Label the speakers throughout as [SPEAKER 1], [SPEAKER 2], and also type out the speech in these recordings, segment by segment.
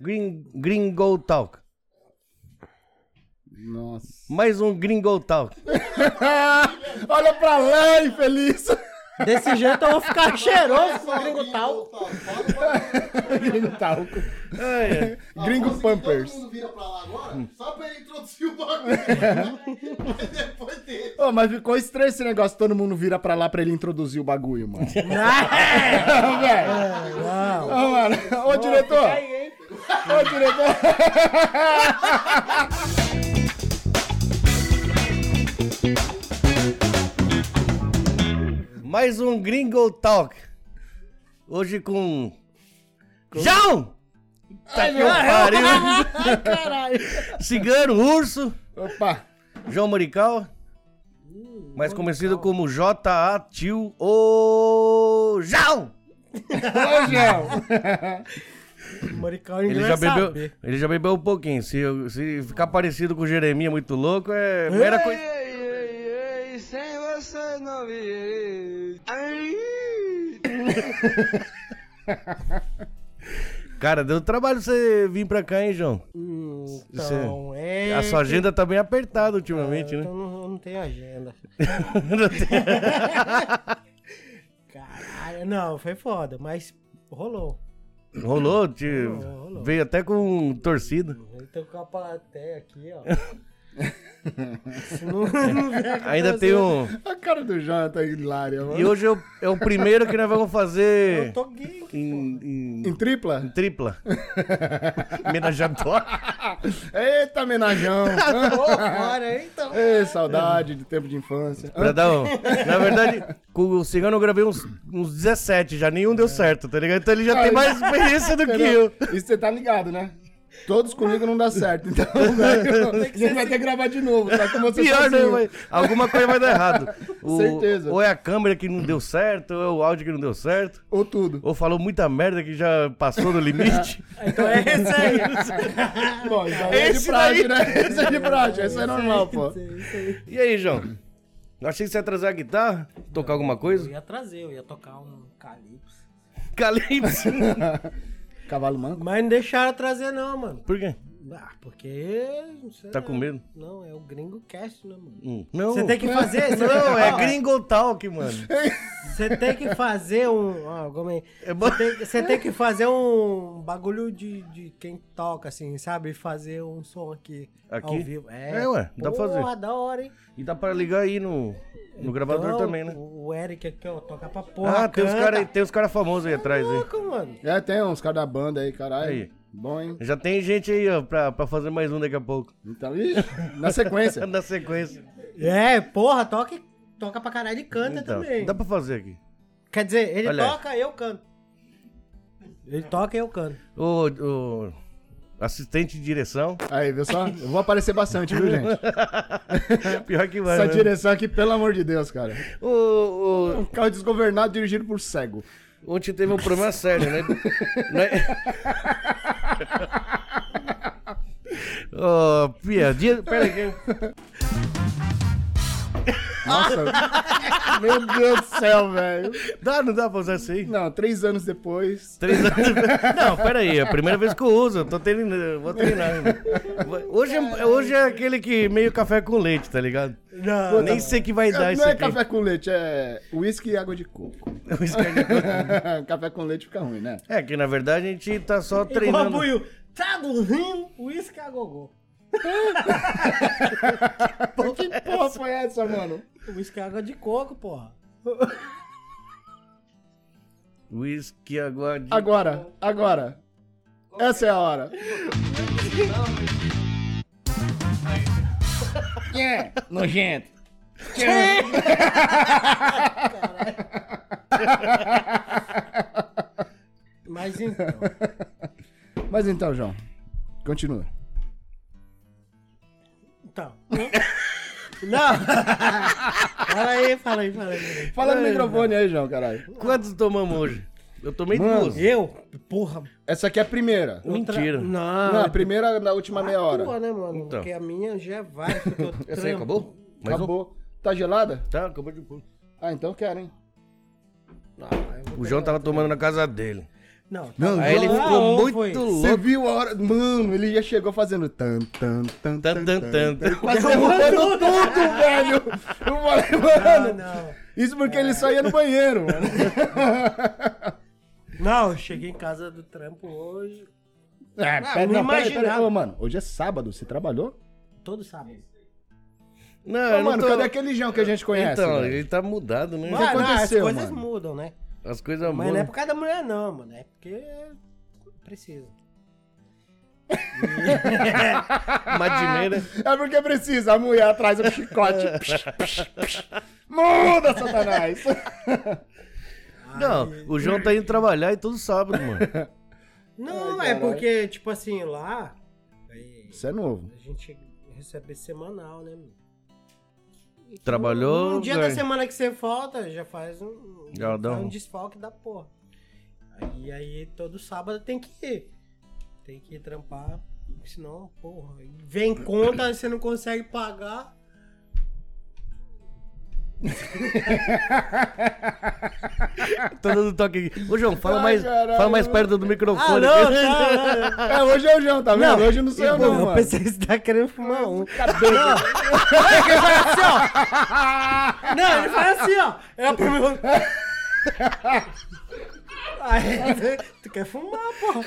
[SPEAKER 1] Green, Gringo Talk.
[SPEAKER 2] Nossa.
[SPEAKER 1] Mais um Gringo Talk.
[SPEAKER 2] Olha pra lá, infeliz.
[SPEAKER 3] Desse jeito eu vou ficar cheiroso com o gringo tal.
[SPEAKER 2] Gringo talco.
[SPEAKER 1] Ai,
[SPEAKER 2] Gringo Pampers.
[SPEAKER 4] Todo mundo vira pra lá agora,
[SPEAKER 2] Hum.
[SPEAKER 4] só pra ele introduzir o bagulho. né? Mas depois dele.
[SPEAKER 2] Ô, mas ficou estranho esse negócio. Todo mundo vira pra lá pra ele introduzir o bagulho, mano. Ô, velho. Ô, mano. Ô, diretor. Ô, diretor.
[SPEAKER 1] Mais um Gringo Talk. Hoje com. João! Tá que eu pariu.
[SPEAKER 2] Caralho.
[SPEAKER 1] Cigano, urso.
[SPEAKER 2] Opa.
[SPEAKER 1] João Morical. Mais conhecido como J.A. Tio O. João!
[SPEAKER 2] Ô, Gel.
[SPEAKER 3] Moricão, ninguém
[SPEAKER 1] Ele
[SPEAKER 3] vai
[SPEAKER 1] já, bebeu,
[SPEAKER 3] saber.
[SPEAKER 1] ele já bebeu um pouquinho. Se, eu- se ficar parecido com o Jeremias muito louco, é mera coisa.
[SPEAKER 5] sem você não virei.
[SPEAKER 1] Cara, deu trabalho você vir pra cá, hein, João?
[SPEAKER 3] Então, é.
[SPEAKER 1] A sua agenda tá bem apertada ultimamente,
[SPEAKER 3] Então,
[SPEAKER 1] né?
[SPEAKER 3] eu não, eu não tenho agenda. Caralho, não, foi foda, mas rolou.
[SPEAKER 1] Rolou, te-
[SPEAKER 3] Rolou, rolou.
[SPEAKER 1] veio até com torcida.
[SPEAKER 3] Eu tô com a plateia um aqui, ó. Se não, não vier com
[SPEAKER 1] Ainda
[SPEAKER 3] você,
[SPEAKER 1] tem um.
[SPEAKER 2] A cara do Jonathan é hilária, mano.
[SPEAKER 1] E hoje é o, é o primeiro que nós vamos fazer
[SPEAKER 3] Eu tô gay.
[SPEAKER 1] em, em-
[SPEAKER 2] Em tripla?
[SPEAKER 1] em tripla. Homenageador.
[SPEAKER 2] Eita, homenajão.
[SPEAKER 3] Bora, então.
[SPEAKER 2] Ei, saudade de tempo de infância.
[SPEAKER 1] Pra dar um- Na verdade, com o Cigano eu gravei uns, uns 17 já, nenhum deu certo, tá ligado? Então ele já tem mais experiência do que eu.
[SPEAKER 2] Isso você tá ligado, né? Todos comigo não dá certo, então velho, a gente vai ter que gravar de novo, tá com você
[SPEAKER 1] Pior, né?
[SPEAKER 2] sozinho.
[SPEAKER 1] Vai- Alguma coisa vai dar errado. O-
[SPEAKER 2] Certeza.
[SPEAKER 1] Ou é a câmera que não deu certo, ou é o áudio que não deu certo,
[SPEAKER 2] Ou tudo.
[SPEAKER 1] ou falou muita merda que já passou do limite.
[SPEAKER 3] Então é esse aí.
[SPEAKER 2] Bom, isso aí é de
[SPEAKER 1] Esse daí-
[SPEAKER 2] praxe, né? Isso é de praxe, isso é normal, pô.
[SPEAKER 1] E aí, João? Eu achei que você ia trazer a guitarra, tocar alguma
[SPEAKER 3] Eu
[SPEAKER 1] coisa.
[SPEAKER 3] ia trazer, eu ia tocar um calypso.
[SPEAKER 1] Calypso.
[SPEAKER 2] Cavalo manco?
[SPEAKER 3] Mas não deixaram trazer, não, mano.
[SPEAKER 1] Por quê?
[SPEAKER 3] Ah, porque. Não sei,
[SPEAKER 1] Tá com medo?
[SPEAKER 3] Não, é o Gringo Cast, né, mano?
[SPEAKER 1] Hum. Não.
[SPEAKER 3] Você tem que Ah. fazer. Você tem
[SPEAKER 1] Não,
[SPEAKER 3] que-
[SPEAKER 1] é
[SPEAKER 3] ó,
[SPEAKER 1] Gringo Talk, mano.
[SPEAKER 3] Você tem que fazer um. Ó, como é?
[SPEAKER 1] É bom.
[SPEAKER 3] Você tem, você tem que fazer um bagulho de, de quem toca, assim, sabe? Fazer um som aqui.
[SPEAKER 1] Aqui?
[SPEAKER 3] Ao vivo. É,
[SPEAKER 1] É, ué, dá pra fazer.
[SPEAKER 3] Porra, da hora, hein?
[SPEAKER 1] E dá pra ligar aí no, no gravador
[SPEAKER 3] Então,
[SPEAKER 1] também, né?
[SPEAKER 3] O Eric aqui, ó, toca pra porra.
[SPEAKER 1] Ah, tem os
[SPEAKER 3] canta.
[SPEAKER 1] caras cara famosos aí atrás aí.
[SPEAKER 3] tá- Louco, mano.
[SPEAKER 2] É, tem uns caras da banda aí, caralho.
[SPEAKER 1] Aí.
[SPEAKER 2] Bom, hein?
[SPEAKER 1] Já tem gente aí, ó, pra, pra fazer mais um daqui a pouco.
[SPEAKER 2] Então, ixi, na sequência.
[SPEAKER 1] Na sequência.
[SPEAKER 3] É, porra, toca, e- toca pra caralho e canta
[SPEAKER 1] Então,
[SPEAKER 3] também.
[SPEAKER 1] dá pra fazer aqui.
[SPEAKER 3] Quer dizer, ele
[SPEAKER 1] Olha aí.
[SPEAKER 3] toca, eu canto. Ele toca e eu canto.
[SPEAKER 1] O, o assistente de direção.
[SPEAKER 2] Aí, viu só? Eu vou aparecer bastante, viu, gente?
[SPEAKER 1] Pior que vai.
[SPEAKER 2] Essa
[SPEAKER 1] né?
[SPEAKER 2] direção aqui, pelo amor de Deus, cara.
[SPEAKER 1] O, o-
[SPEAKER 2] Um carro desgovernado dirigido por cego.
[SPEAKER 1] ontem teve um problema sério, né? Né? Ô, piadinha. Pera aqui.
[SPEAKER 2] Nossa. Meu Deus do céu, velho.
[SPEAKER 1] Dá, não dá pra usar isso aí?
[SPEAKER 2] Não, três anos depois.
[SPEAKER 1] Três anos. Não, pera aí. É a primeira vez que eu uso. Eu tô treinando. Vou treinar. ainda. Hoje, é- hoje é aquele que meio café com leite, tá ligado?
[SPEAKER 3] Não.
[SPEAKER 1] Nem sei que vai dar
[SPEAKER 2] Não
[SPEAKER 1] isso
[SPEAKER 2] é
[SPEAKER 1] aqui.
[SPEAKER 2] café com leite, é uísque e água de coco. café com leite fica ruim, né?
[SPEAKER 1] É que na verdade a gente tá só
[SPEAKER 3] Igual o
[SPEAKER 1] treinando.
[SPEAKER 3] Buiu, traduzindo uísque a gogô.
[SPEAKER 2] que porra foi essa, mano?
[SPEAKER 3] Uísque é água de coco, porra.
[SPEAKER 1] Whisky agora. de-
[SPEAKER 2] Agora, agora. Essa é a hora. Yeah, nojento.
[SPEAKER 3] Mas então,
[SPEAKER 2] Mas então, João, continua.
[SPEAKER 3] então. Não! fala aí, fala aí, fala aí.
[SPEAKER 2] Fala no microfone aí, João, caralho.
[SPEAKER 1] Quantos tomamos hoje? Eu tomei
[SPEAKER 2] Mano,
[SPEAKER 1] duas.
[SPEAKER 3] Eu? Porra.
[SPEAKER 2] Essa aqui é a primeira.
[SPEAKER 3] eu tra-
[SPEAKER 1] Mentira.
[SPEAKER 3] Não,
[SPEAKER 2] Não, a primeira na última meia
[SPEAKER 3] tua,
[SPEAKER 2] hora.
[SPEAKER 3] né, mano?
[SPEAKER 1] Então.
[SPEAKER 3] Porque a minha já é várias. porque eu
[SPEAKER 1] Essa aí
[SPEAKER 3] trampo.
[SPEAKER 1] acabou? Mais um?
[SPEAKER 2] Acabou. Tá gelada?
[SPEAKER 1] Tá, acabou de pôr.
[SPEAKER 2] Ah, então eu quero, hein?
[SPEAKER 3] Ah, eu vou
[SPEAKER 1] O João tava tomando na casa dele.
[SPEAKER 3] Não.
[SPEAKER 2] Não,
[SPEAKER 1] Aí ele
[SPEAKER 2] João,
[SPEAKER 1] ficou
[SPEAKER 3] João
[SPEAKER 1] muito
[SPEAKER 3] foi-
[SPEAKER 2] Você
[SPEAKER 1] louco.
[SPEAKER 2] viu a hora. Mano, ele já chegou fazendo tan, tan, tan,
[SPEAKER 1] Tan, tan, tan, tan.
[SPEAKER 2] Quase derrubando tudo, velho. Eu falei, mano.
[SPEAKER 3] Não, Ah, não.
[SPEAKER 2] Isso porque ele só ia no banheiro, mano.
[SPEAKER 3] Não, eu cheguei em casa do trampo hoje,
[SPEAKER 2] É,
[SPEAKER 3] não
[SPEAKER 2] pera, não, pera, pera,
[SPEAKER 3] imaginava.
[SPEAKER 2] Ô, mano, hoje é sábado, você trabalhou?
[SPEAKER 3] todo sábado.
[SPEAKER 1] Não,
[SPEAKER 2] Ô,
[SPEAKER 1] eu não
[SPEAKER 2] mano,
[SPEAKER 1] tô-
[SPEAKER 2] cadê aquele João que a gente conhece?
[SPEAKER 1] Então,
[SPEAKER 2] velho?
[SPEAKER 1] ele tá mudado, né?
[SPEAKER 2] Mas-
[SPEAKER 3] Mano, as
[SPEAKER 2] aconteceu,
[SPEAKER 3] coisas
[SPEAKER 2] mano?
[SPEAKER 3] mudam, né?
[SPEAKER 1] As coisas
[SPEAKER 3] Mas não é
[SPEAKER 1] mudam.
[SPEAKER 3] por causa da mulher, não, mano. É porque precisa.
[SPEAKER 1] Madimeira.
[SPEAKER 2] É porque precisa, a mulher atrás do chicote. Muda, Satanás!
[SPEAKER 1] Não, o João tá indo trabalhar e todo sábado, mano.
[SPEAKER 3] Não,
[SPEAKER 2] Ai,
[SPEAKER 3] é porque, tipo assim, lá. aí,
[SPEAKER 2] Isso é novo.
[SPEAKER 3] a gente recebe semanal, né, mano? E
[SPEAKER 1] Trabalhou,
[SPEAKER 3] Um, um dia
[SPEAKER 1] ganha.
[SPEAKER 3] da semana que você falta, já faz um,
[SPEAKER 1] Já
[SPEAKER 3] já
[SPEAKER 1] dá
[SPEAKER 3] faz
[SPEAKER 1] um-
[SPEAKER 3] um desfalque da porra. Aí, aí todo sábado tem que ir. Tem que ir trampar. Senão, porra. Vem conta, você não consegue pagar.
[SPEAKER 1] Tô Tá dando toque aqui. Ô, João, fala,
[SPEAKER 2] Ai,
[SPEAKER 1] mais,
[SPEAKER 2] caralho.
[SPEAKER 1] fala mais perto do
[SPEAKER 3] Ah,
[SPEAKER 1] microfone.
[SPEAKER 3] não, tá, não, não.
[SPEAKER 2] É, hoje é o João, tá vendo? hoje eu não sou eu, não,
[SPEAKER 3] Eu
[SPEAKER 2] mano.
[SPEAKER 3] pensei que você tá querendo fumar um. Não. Olha que ele faz assim, ó. Não, ele faz assim, ó. É pro meu... Aí, tu quer fumar, porra.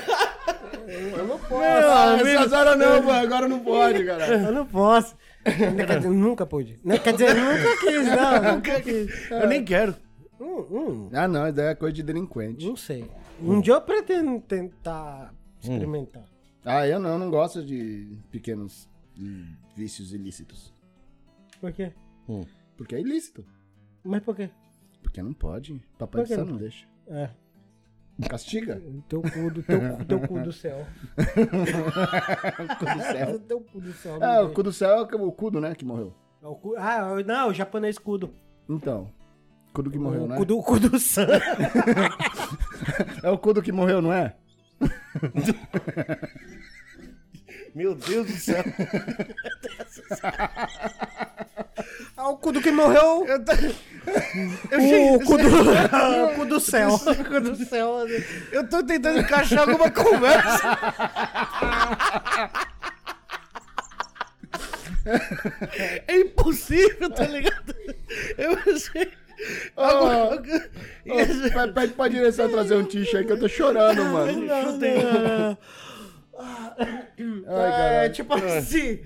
[SPEAKER 2] Eu não posso. Ah, Essas horas não, mano. Agora não pode, cara.
[SPEAKER 3] Eu não posso. Quer dizer, nunca pude. Não, Quer dizer, nunca quis, não. Nunca quis.
[SPEAKER 1] Eu nem quero.
[SPEAKER 3] Hum, hum,
[SPEAKER 2] Ah, não, isso daí é coisa de delinquente.
[SPEAKER 3] não sei. Um dia eu pretendo tentar experimentar.
[SPEAKER 2] Ah, eu não, eu não gosto de pequenos hum, vícios ilícitos.
[SPEAKER 3] Por quê?
[SPEAKER 2] Porque é ilícito.
[SPEAKER 3] Mas por quê?
[SPEAKER 2] Porque não pode. Papai do
[SPEAKER 3] Por que
[SPEAKER 2] céu
[SPEAKER 3] não
[SPEAKER 2] não deixa.
[SPEAKER 3] É.
[SPEAKER 2] Castiga?
[SPEAKER 3] Teu cu do, teu, cu- teu cu do céu.
[SPEAKER 2] O cu do céu.
[SPEAKER 3] Teu cu do céu.
[SPEAKER 2] Ah, o cu do céu é o que- o Cudo, né, que morreu.
[SPEAKER 3] É o cu- Ah, eu- não, o japonês cudo.
[SPEAKER 2] Então. Cudo que morreu,
[SPEAKER 3] o
[SPEAKER 2] né?
[SPEAKER 3] cu do, o cu do san.
[SPEAKER 2] É o Cudo que morreu, não é?
[SPEAKER 1] Meu Deus do céu.
[SPEAKER 3] É
[SPEAKER 2] Ah,
[SPEAKER 3] o cu do que morreu.
[SPEAKER 1] Eu tô-
[SPEAKER 3] o, cu do, o cu do céu. É O cu do céu.
[SPEAKER 1] Eu tô tentando encaixar alguma conversa. É impossível, tá ligado? Eu achei. Alguma-
[SPEAKER 2] Ô, pe- Pede pra direção trazer um ticho aí que eu tô chorando, mano.
[SPEAKER 1] Chutei.
[SPEAKER 2] Ai,
[SPEAKER 3] É,
[SPEAKER 2] caralho.
[SPEAKER 3] tipo assim.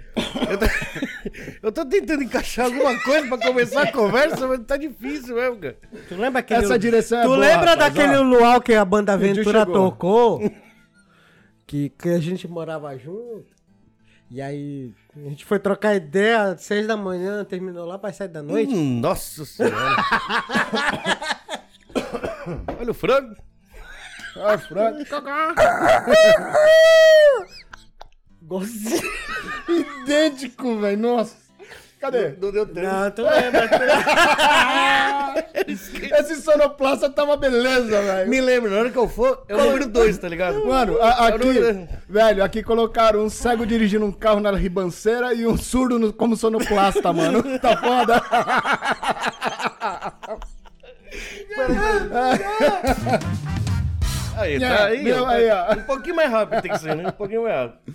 [SPEAKER 1] Eu tô... eu tô tentando encaixar alguma coisa pra começar a conversa, mas tá difícil mesmo, cara.
[SPEAKER 3] Tu lembra aquele...
[SPEAKER 2] Essa direção é
[SPEAKER 3] Tu
[SPEAKER 2] boa,
[SPEAKER 3] lembra
[SPEAKER 2] rapaz,
[SPEAKER 3] daquele
[SPEAKER 2] ó.
[SPEAKER 3] luau que a banda
[SPEAKER 2] dia
[SPEAKER 3] Aventura
[SPEAKER 2] chegou.
[SPEAKER 3] tocou? Que, que a gente morava junto. E aí, a gente foi trocar ideia às seis da manhã, terminou lá para sete da noite.
[SPEAKER 1] Hum, Nossa senhora. Olha o frango.
[SPEAKER 2] Ai, Franco.
[SPEAKER 3] Gostoso.
[SPEAKER 2] Idêntico, velho. Nossa. Cadê?
[SPEAKER 1] Não deu tempo.
[SPEAKER 3] Não, tu lembra, tu lembra.
[SPEAKER 2] Esse sonoplasta tá uma beleza, velho.
[SPEAKER 1] Me lembro, na hora que eu for, eu número dois, tá ligado?
[SPEAKER 2] Mano, a- aqui,
[SPEAKER 1] Barulho.
[SPEAKER 2] velho, aqui colocaram um cego dirigindo um carro na ribanceira e um surdo no- como sonoplasta, mano. Tá foda.
[SPEAKER 1] Aí, tá
[SPEAKER 2] Yeah,
[SPEAKER 1] aí.
[SPEAKER 2] É, meu,
[SPEAKER 1] ó.
[SPEAKER 2] aí, ó.
[SPEAKER 1] Um pouquinho mais rápido tem que ser, né? Um pouquinho mais rápido.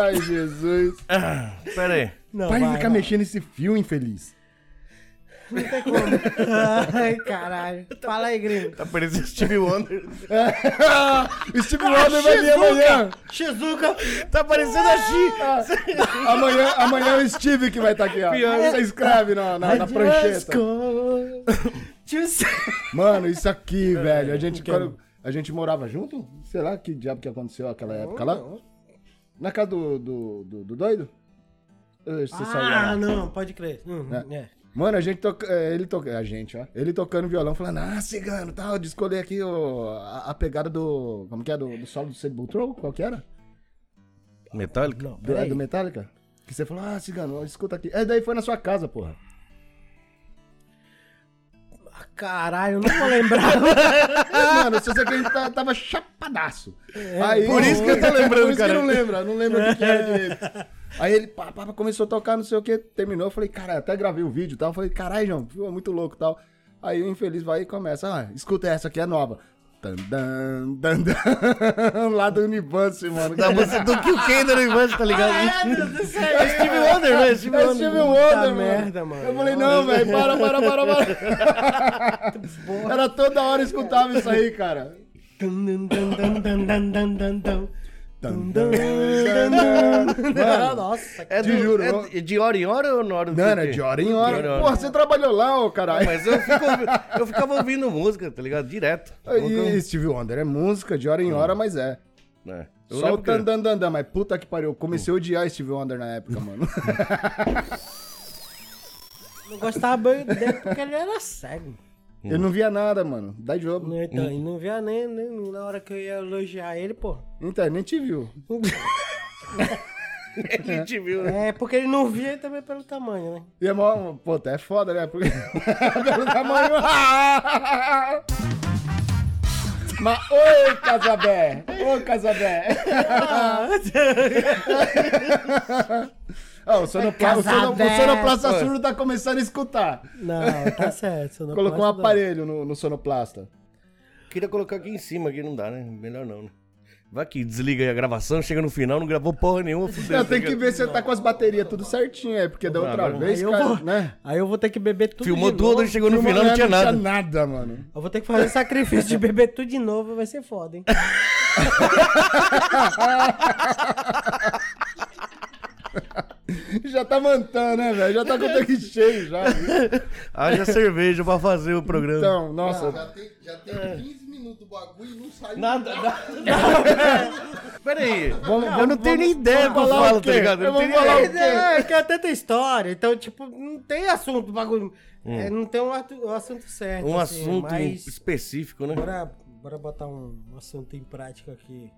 [SPEAKER 2] Ai, Jesus.
[SPEAKER 1] Ah, Pera aí.
[SPEAKER 3] Não,
[SPEAKER 2] Para de
[SPEAKER 3] Então vai,
[SPEAKER 2] ficar
[SPEAKER 3] vai.
[SPEAKER 2] mexendo nesse fio, infeliz.
[SPEAKER 3] Ai, caralho. Fala aí, gringo.
[SPEAKER 1] Tá parecendo Steve Wonder.
[SPEAKER 2] Steve
[SPEAKER 3] Ah,
[SPEAKER 2] Wonder vai vir amanhã.
[SPEAKER 3] Shizuka.
[SPEAKER 1] Tá parecendo a Chi.
[SPEAKER 2] Ah, amanhã. Amanhã é o Steve que vai estar aqui, ó.
[SPEAKER 3] né?
[SPEAKER 2] Você escreve na,
[SPEAKER 3] Tá
[SPEAKER 2] na, na prancheta.
[SPEAKER 3] Tio Sam.
[SPEAKER 2] Mano, isso aqui, velho. A gente, quando- a gente morava junto? Sei lá que diabo que aconteceu aquela época lá. Na casa do, do, do, do doido? Eu- Você saiu lá.
[SPEAKER 3] Ah, não, pode crer. Hum, é.
[SPEAKER 2] Mano, a gente toca. é, Ele toca. A gente, ó. Ele tocando violão, falando, ah, cigano, tal, de escolher aqui o, a, a pegada do. Como que é? Do, do solo do Sepultura? Qual que era?
[SPEAKER 1] Metálico? Não.
[SPEAKER 2] Do, é do Metallica? Que você falou, ah, cigano, escuta aqui. É, daí foi na sua casa, porra.
[SPEAKER 3] Ah, Caralho, eu não vou lembrar.
[SPEAKER 2] Mano, se você quer, a gente tá- tava chapadaço. Aí-
[SPEAKER 1] por isso que eu tô lembrando,
[SPEAKER 2] É, Por isso
[SPEAKER 1] cara.
[SPEAKER 2] que não lembra, não lembra o que, que era direito. Aí ele pá, pá, pá, começou a tocar, não sei o que, terminou. Eu falei, cara, até gravei o vídeo e tal. Eu falei, caralho, João, pô, muito louco e tal. Aí o infeliz vai e começa, ah, escuta essa aqui, é nova. Tan, dan, dan, dan, lá do Unibus, mano.
[SPEAKER 1] Da música do Kill Kander e Vans, tá ligado?
[SPEAKER 3] Ah, meu Deus do céu.
[SPEAKER 1] É Steve Wonder, né? Steve
[SPEAKER 2] É Steve Wonder, mano.
[SPEAKER 3] merda, mano.
[SPEAKER 2] Eu falei, não, velho, para, para, para, para. Era toda hora eu escutava isso aí, cara.
[SPEAKER 3] Dun, dun, dun, dun, dun, dun, dun, dun.
[SPEAKER 2] Tan,
[SPEAKER 3] Dun,
[SPEAKER 2] dan,
[SPEAKER 3] dun, dun, dun. Nossa,
[SPEAKER 1] É,
[SPEAKER 2] Te
[SPEAKER 1] do,
[SPEAKER 2] juro,
[SPEAKER 1] é
[SPEAKER 2] eu-
[SPEAKER 1] de hora em hora ou na hora do
[SPEAKER 2] Não, era
[SPEAKER 1] CT?
[SPEAKER 2] de hora em
[SPEAKER 1] De hora em
[SPEAKER 2] hora.
[SPEAKER 1] hora.
[SPEAKER 2] Porra, você trabalhou lá, ô caralho.
[SPEAKER 1] Mas eu, fico ouvi- eu ficava ouvindo música, tá ligado? Direto.
[SPEAKER 2] E Steve Wonder é música de hora em hora, mas é.
[SPEAKER 1] É. Hum. Eu
[SPEAKER 2] Só o
[SPEAKER 1] lembro que- Hum.
[SPEAKER 2] tandandandan, mas puta que pariu. eu Comecei a odiar Steve Wonder na época, mano.
[SPEAKER 3] não gostava dele porque ele era cego.
[SPEAKER 2] Eu não via nada, mano. Dá jogo.
[SPEAKER 3] Não, Então, e não via nem, nem na hora que eu ia elogiar ele, pô.
[SPEAKER 2] Então, nem te viu.
[SPEAKER 1] Ele te viu, né?
[SPEAKER 3] É, porque ele não via também pelo tamanho, né?
[SPEAKER 2] E é mó... Pô, tá é foda, né? Porque... Pelo tamanho... Mas, oi, Casabé! Ô, Casabé! Ah, o sonopla- o sono- o
[SPEAKER 3] Casabé.
[SPEAKER 2] sonoplasta surdo tá começando a escutar.
[SPEAKER 3] Não, tá certo. sonoplasta
[SPEAKER 2] Colocou um
[SPEAKER 3] não.
[SPEAKER 2] aparelho no, no sonoplasta.
[SPEAKER 1] Queria colocar aqui em cima, aqui não dá, né? Melhor não, né? Vai que desliga aí a gravação, chega no final, não gravou porra nenhuma. fudeu,
[SPEAKER 2] Não, tem
[SPEAKER 1] tá
[SPEAKER 2] que
[SPEAKER 1] ligado?
[SPEAKER 2] ver se ele tá com as baterias tudo certinho, é, porque da outra
[SPEAKER 1] agora-
[SPEAKER 2] vez,
[SPEAKER 3] Aí eu
[SPEAKER 2] cara,
[SPEAKER 3] vou-
[SPEAKER 2] né?
[SPEAKER 3] Aí eu vou ter que beber tudo
[SPEAKER 1] Filmou
[SPEAKER 3] de
[SPEAKER 1] tudo,
[SPEAKER 3] novo.
[SPEAKER 1] ele chegou no final, não tinha nada.
[SPEAKER 2] nada, mano.
[SPEAKER 3] Eu vou ter que fazer sacrifício de beber tudo de novo, vai ser foda, hein?
[SPEAKER 2] Já tá mantando, né, velho? Já tá com o tanque cheio, já.
[SPEAKER 1] Haja cerveja pra fazer o programa.
[SPEAKER 2] Então, nossa.
[SPEAKER 4] Já tem, já tem 15 minutos o bagulho e não sai
[SPEAKER 1] Nada, nada. Pera aí.
[SPEAKER 2] Vamos,
[SPEAKER 1] Eu não tenho nem ideia do que eu
[SPEAKER 2] falar o
[SPEAKER 1] falo, tá
[SPEAKER 2] quê?
[SPEAKER 1] ligado? Eu
[SPEAKER 2] Eu
[SPEAKER 1] não
[SPEAKER 2] vou
[SPEAKER 1] tenho
[SPEAKER 2] falar
[SPEAKER 1] nem
[SPEAKER 2] o
[SPEAKER 1] ideia.
[SPEAKER 2] quê?
[SPEAKER 3] É, que é tanta história, então, tipo, não tem assunto, bagulho.
[SPEAKER 2] Hum.
[SPEAKER 3] É, não tem um, atu- um assunto certo.
[SPEAKER 1] Um
[SPEAKER 3] assim,
[SPEAKER 1] assunto
[SPEAKER 3] Mas...
[SPEAKER 1] específico, né?
[SPEAKER 3] Bora, bora botar um assunto em prática aqui.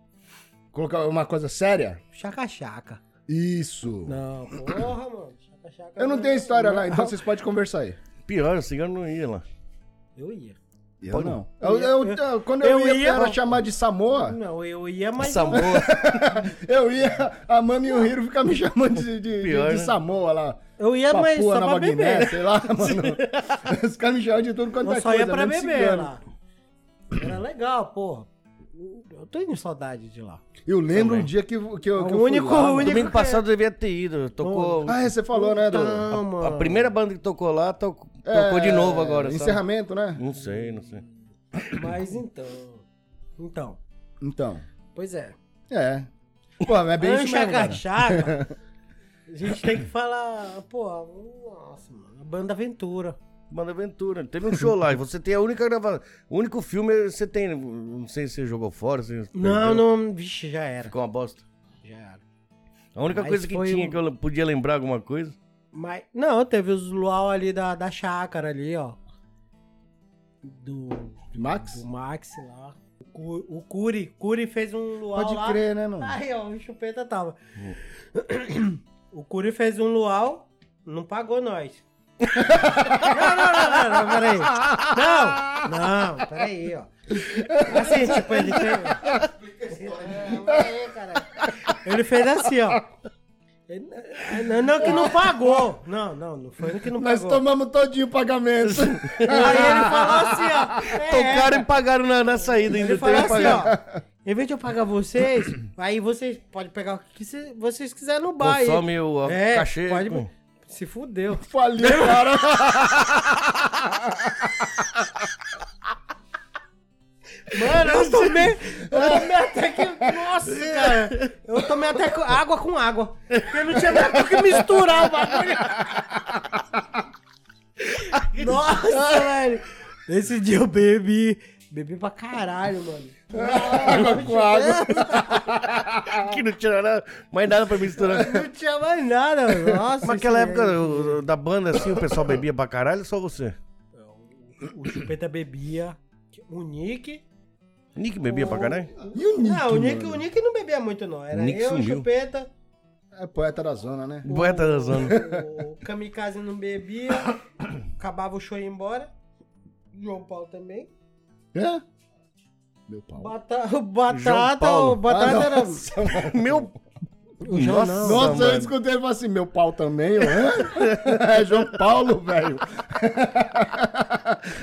[SPEAKER 2] Colocar uma coisa séria?
[SPEAKER 3] Chaca-chaca.
[SPEAKER 2] Isso.
[SPEAKER 3] Não, porra, mano. Chaca-chaca. é
[SPEAKER 2] Eu não tenho história lá, então vocês podem conversar aí.
[SPEAKER 1] Pior, o cigano não ia lá.
[SPEAKER 2] né?
[SPEAKER 3] Eu ia.
[SPEAKER 2] Eu
[SPEAKER 1] Pode-
[SPEAKER 2] não. Eu, eu- eu- quando eu,
[SPEAKER 3] Eu
[SPEAKER 2] ia,
[SPEAKER 3] ia-
[SPEAKER 2] era chamar de Samoa,
[SPEAKER 3] Não, eu ia, mas.
[SPEAKER 1] Essa boa.
[SPEAKER 2] eu ia, a Mami e o Hiro ficar me chamando de, de- de-
[SPEAKER 1] Pior,
[SPEAKER 2] de
[SPEAKER 1] né?
[SPEAKER 2] Samoa lá.
[SPEAKER 3] Eu ia, É, mas
[SPEAKER 2] Papua,
[SPEAKER 3] só
[SPEAKER 2] Nova
[SPEAKER 3] pra
[SPEAKER 2] Guiné,
[SPEAKER 3] beber.
[SPEAKER 2] sei lá, mano. Os caras me chamam de tudo quanto
[SPEAKER 3] Eu
[SPEAKER 2] é
[SPEAKER 3] só ia
[SPEAKER 2] coisa,
[SPEAKER 3] pra
[SPEAKER 2] menos
[SPEAKER 3] beber
[SPEAKER 2] cigano.
[SPEAKER 3] lá. Era legal, porra. Eu tô indo saudade de lá.
[SPEAKER 2] Eu lembro um dia que, que eu, que eu
[SPEAKER 3] O único,
[SPEAKER 2] fui lá,
[SPEAKER 3] o
[SPEAKER 2] mano.
[SPEAKER 3] único.
[SPEAKER 1] Domingo
[SPEAKER 3] que-
[SPEAKER 1] passado devia ter ido. Tocou.
[SPEAKER 2] Ah, é, você falou, né, do...
[SPEAKER 1] Tá.
[SPEAKER 3] Então, mano.
[SPEAKER 1] A primeira banda que tocou lá to- tocou de
[SPEAKER 2] É,
[SPEAKER 1] novo agora. sabe?
[SPEAKER 2] Encerramento, né?
[SPEAKER 1] Não sei, não sei.
[SPEAKER 3] Mas então. Então.
[SPEAKER 2] Então.
[SPEAKER 3] Pois é.
[SPEAKER 2] É. Pô, é bem isso mesmo, cara.
[SPEAKER 3] Anchacachaca, a gente tem que falar, pô, nossa, mano, a banda Aventura.
[SPEAKER 1] Banda Aventura. Teve um show lá. E você tem a única gravação. O único filme você tem. né? Não sei se você jogou fora. Se
[SPEAKER 3] Não,
[SPEAKER 1] perdeu.
[SPEAKER 3] não, vixe, já era,
[SPEAKER 1] Ficou uma bosta.
[SPEAKER 3] já era.
[SPEAKER 1] A única
[SPEAKER 3] Mas
[SPEAKER 1] coisa que
[SPEAKER 3] foi
[SPEAKER 1] tinha
[SPEAKER 3] um-
[SPEAKER 1] que eu podia lembrar alguma coisa.
[SPEAKER 3] Mas, não, teve os luau ali da, da chácara ali, ó, do, do
[SPEAKER 2] Max?
[SPEAKER 3] Max lá. O, Cu- o Curi, Curi fez um luau
[SPEAKER 2] Pode
[SPEAKER 3] lá. Ah,
[SPEAKER 2] crer, né, mano?
[SPEAKER 3] Aí, ó, o Chupeta tava. O Curi fez um luau, não pagou nós. não, não, não, não, não, peraí. Não, não, peraí, ó. Assim, tipo, ele fez. É, peraí, cara. Ele fez assim, ó. Ele- Não, não, que não pagou. Não, não, não foi ele que não
[SPEAKER 2] Nós
[SPEAKER 3] pagou.
[SPEAKER 2] tomamos todinho o pagamento.
[SPEAKER 3] Aí ele falou assim, ó. é,
[SPEAKER 1] Tocaram e pagaram na, na saída. Ainda
[SPEAKER 3] ele falou
[SPEAKER 1] teve que
[SPEAKER 3] assim,
[SPEAKER 1] pagar.
[SPEAKER 3] ó. Em vez de eu pagar vocês, aí vocês podem pegar o que cê- vocês quiserem no bar. aí.
[SPEAKER 1] Consome o a-
[SPEAKER 3] É,
[SPEAKER 1] cachê.
[SPEAKER 3] pode-
[SPEAKER 1] pô.
[SPEAKER 3] Se fudeu.
[SPEAKER 2] Faliu, Tipo, cara.
[SPEAKER 3] Mano, eu tomei. Eu tomei até que. Nossa, cara. Eu tomei até co- água com água. Porque não tinha mais o que misturar o bagulho.
[SPEAKER 1] Ah.
[SPEAKER 3] Nossa, velho. Esse dia eu bebi. Bebi pra caralho, mano.
[SPEAKER 2] Água com água.
[SPEAKER 1] Que não tinha nada, mais nada pra misturar.
[SPEAKER 3] Não tinha mais nada, mano. Nossa.
[SPEAKER 1] Mas naquela
[SPEAKER 3] isso
[SPEAKER 1] época o- o- da banda, assim, o pessoal bebia pra caralho, só você.
[SPEAKER 3] aí- O Chupeta bebia. O Nick.
[SPEAKER 1] Nick bebia pra caralho?
[SPEAKER 2] E o Nick,
[SPEAKER 3] Não, o Nick,
[SPEAKER 2] mano?
[SPEAKER 3] o Nick não bebia muito, não. Era
[SPEAKER 1] Nick
[SPEAKER 3] eu,
[SPEAKER 1] sumiu.
[SPEAKER 3] o Chupeta,
[SPEAKER 2] É poeta da zona, né?
[SPEAKER 1] Boeta da zona.
[SPEAKER 3] o Kamikaze não bebia, acabava o show e ia embora. João Paulo também.
[SPEAKER 2] É? Meu pau.
[SPEAKER 3] Bata, o
[SPEAKER 1] João
[SPEAKER 3] Batata,
[SPEAKER 1] Paulo.
[SPEAKER 3] o Batata
[SPEAKER 2] Ah,
[SPEAKER 3] era.
[SPEAKER 2] nossa, mano.
[SPEAKER 1] Meu.
[SPEAKER 3] O João não.
[SPEAKER 2] Nossa,
[SPEAKER 1] mano.
[SPEAKER 2] eu escutei ele falar assim, meu pau também, eu, hã? É João Paulo, velho.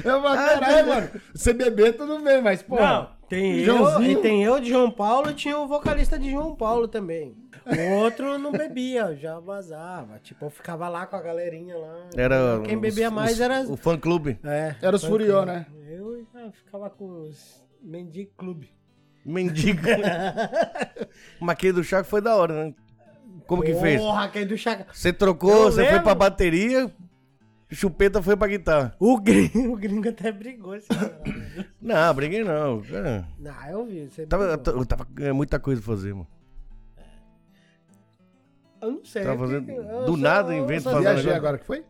[SPEAKER 2] Eu falei, caralho, mano, você beber tudo bem, mas, pô,
[SPEAKER 3] Ah, é- Não, Tem eu,
[SPEAKER 2] Joãozinho.
[SPEAKER 3] e tem eu de João Paulo e tinha o vocalista de João Paulo também. O outro não bebia, já vazava. Tipo, eu ficava lá com a galerinha lá.
[SPEAKER 1] Era
[SPEAKER 3] Quem
[SPEAKER 1] os-
[SPEAKER 3] bebia
[SPEAKER 1] os-
[SPEAKER 3] mais era.
[SPEAKER 1] O fã clube.
[SPEAKER 3] É,
[SPEAKER 2] Era os
[SPEAKER 3] foi
[SPEAKER 2] Furió,
[SPEAKER 3] que-
[SPEAKER 2] né?
[SPEAKER 3] Eu já ficava com os Mendigo Clube.
[SPEAKER 1] Mendigo. Mas aquele do Chaco foi da hora, né? Como que fez?
[SPEAKER 3] Porra, aquele do Chaca.
[SPEAKER 1] Você trocou,
[SPEAKER 3] Eu
[SPEAKER 1] você foi
[SPEAKER 3] lembro.
[SPEAKER 1] pra bateria, chupeta foi pra guitarra.
[SPEAKER 3] O gringo, o gringo até brigou esse cara.
[SPEAKER 1] Não, briguei não. cara.
[SPEAKER 3] Não, eu vi. Você
[SPEAKER 1] Tava, eu
[SPEAKER 3] brigou.
[SPEAKER 1] tava, é, muita coisa pra fazer, mano.
[SPEAKER 3] Eu não sei.
[SPEAKER 1] Tava
[SPEAKER 3] eu
[SPEAKER 1] fazendo-
[SPEAKER 3] fico- eu
[SPEAKER 1] do
[SPEAKER 3] só-
[SPEAKER 1] nada
[SPEAKER 3] eu
[SPEAKER 1] inventa
[SPEAKER 3] só-
[SPEAKER 1] fazer um
[SPEAKER 2] Viajei
[SPEAKER 1] negócio.
[SPEAKER 2] agora, que foi?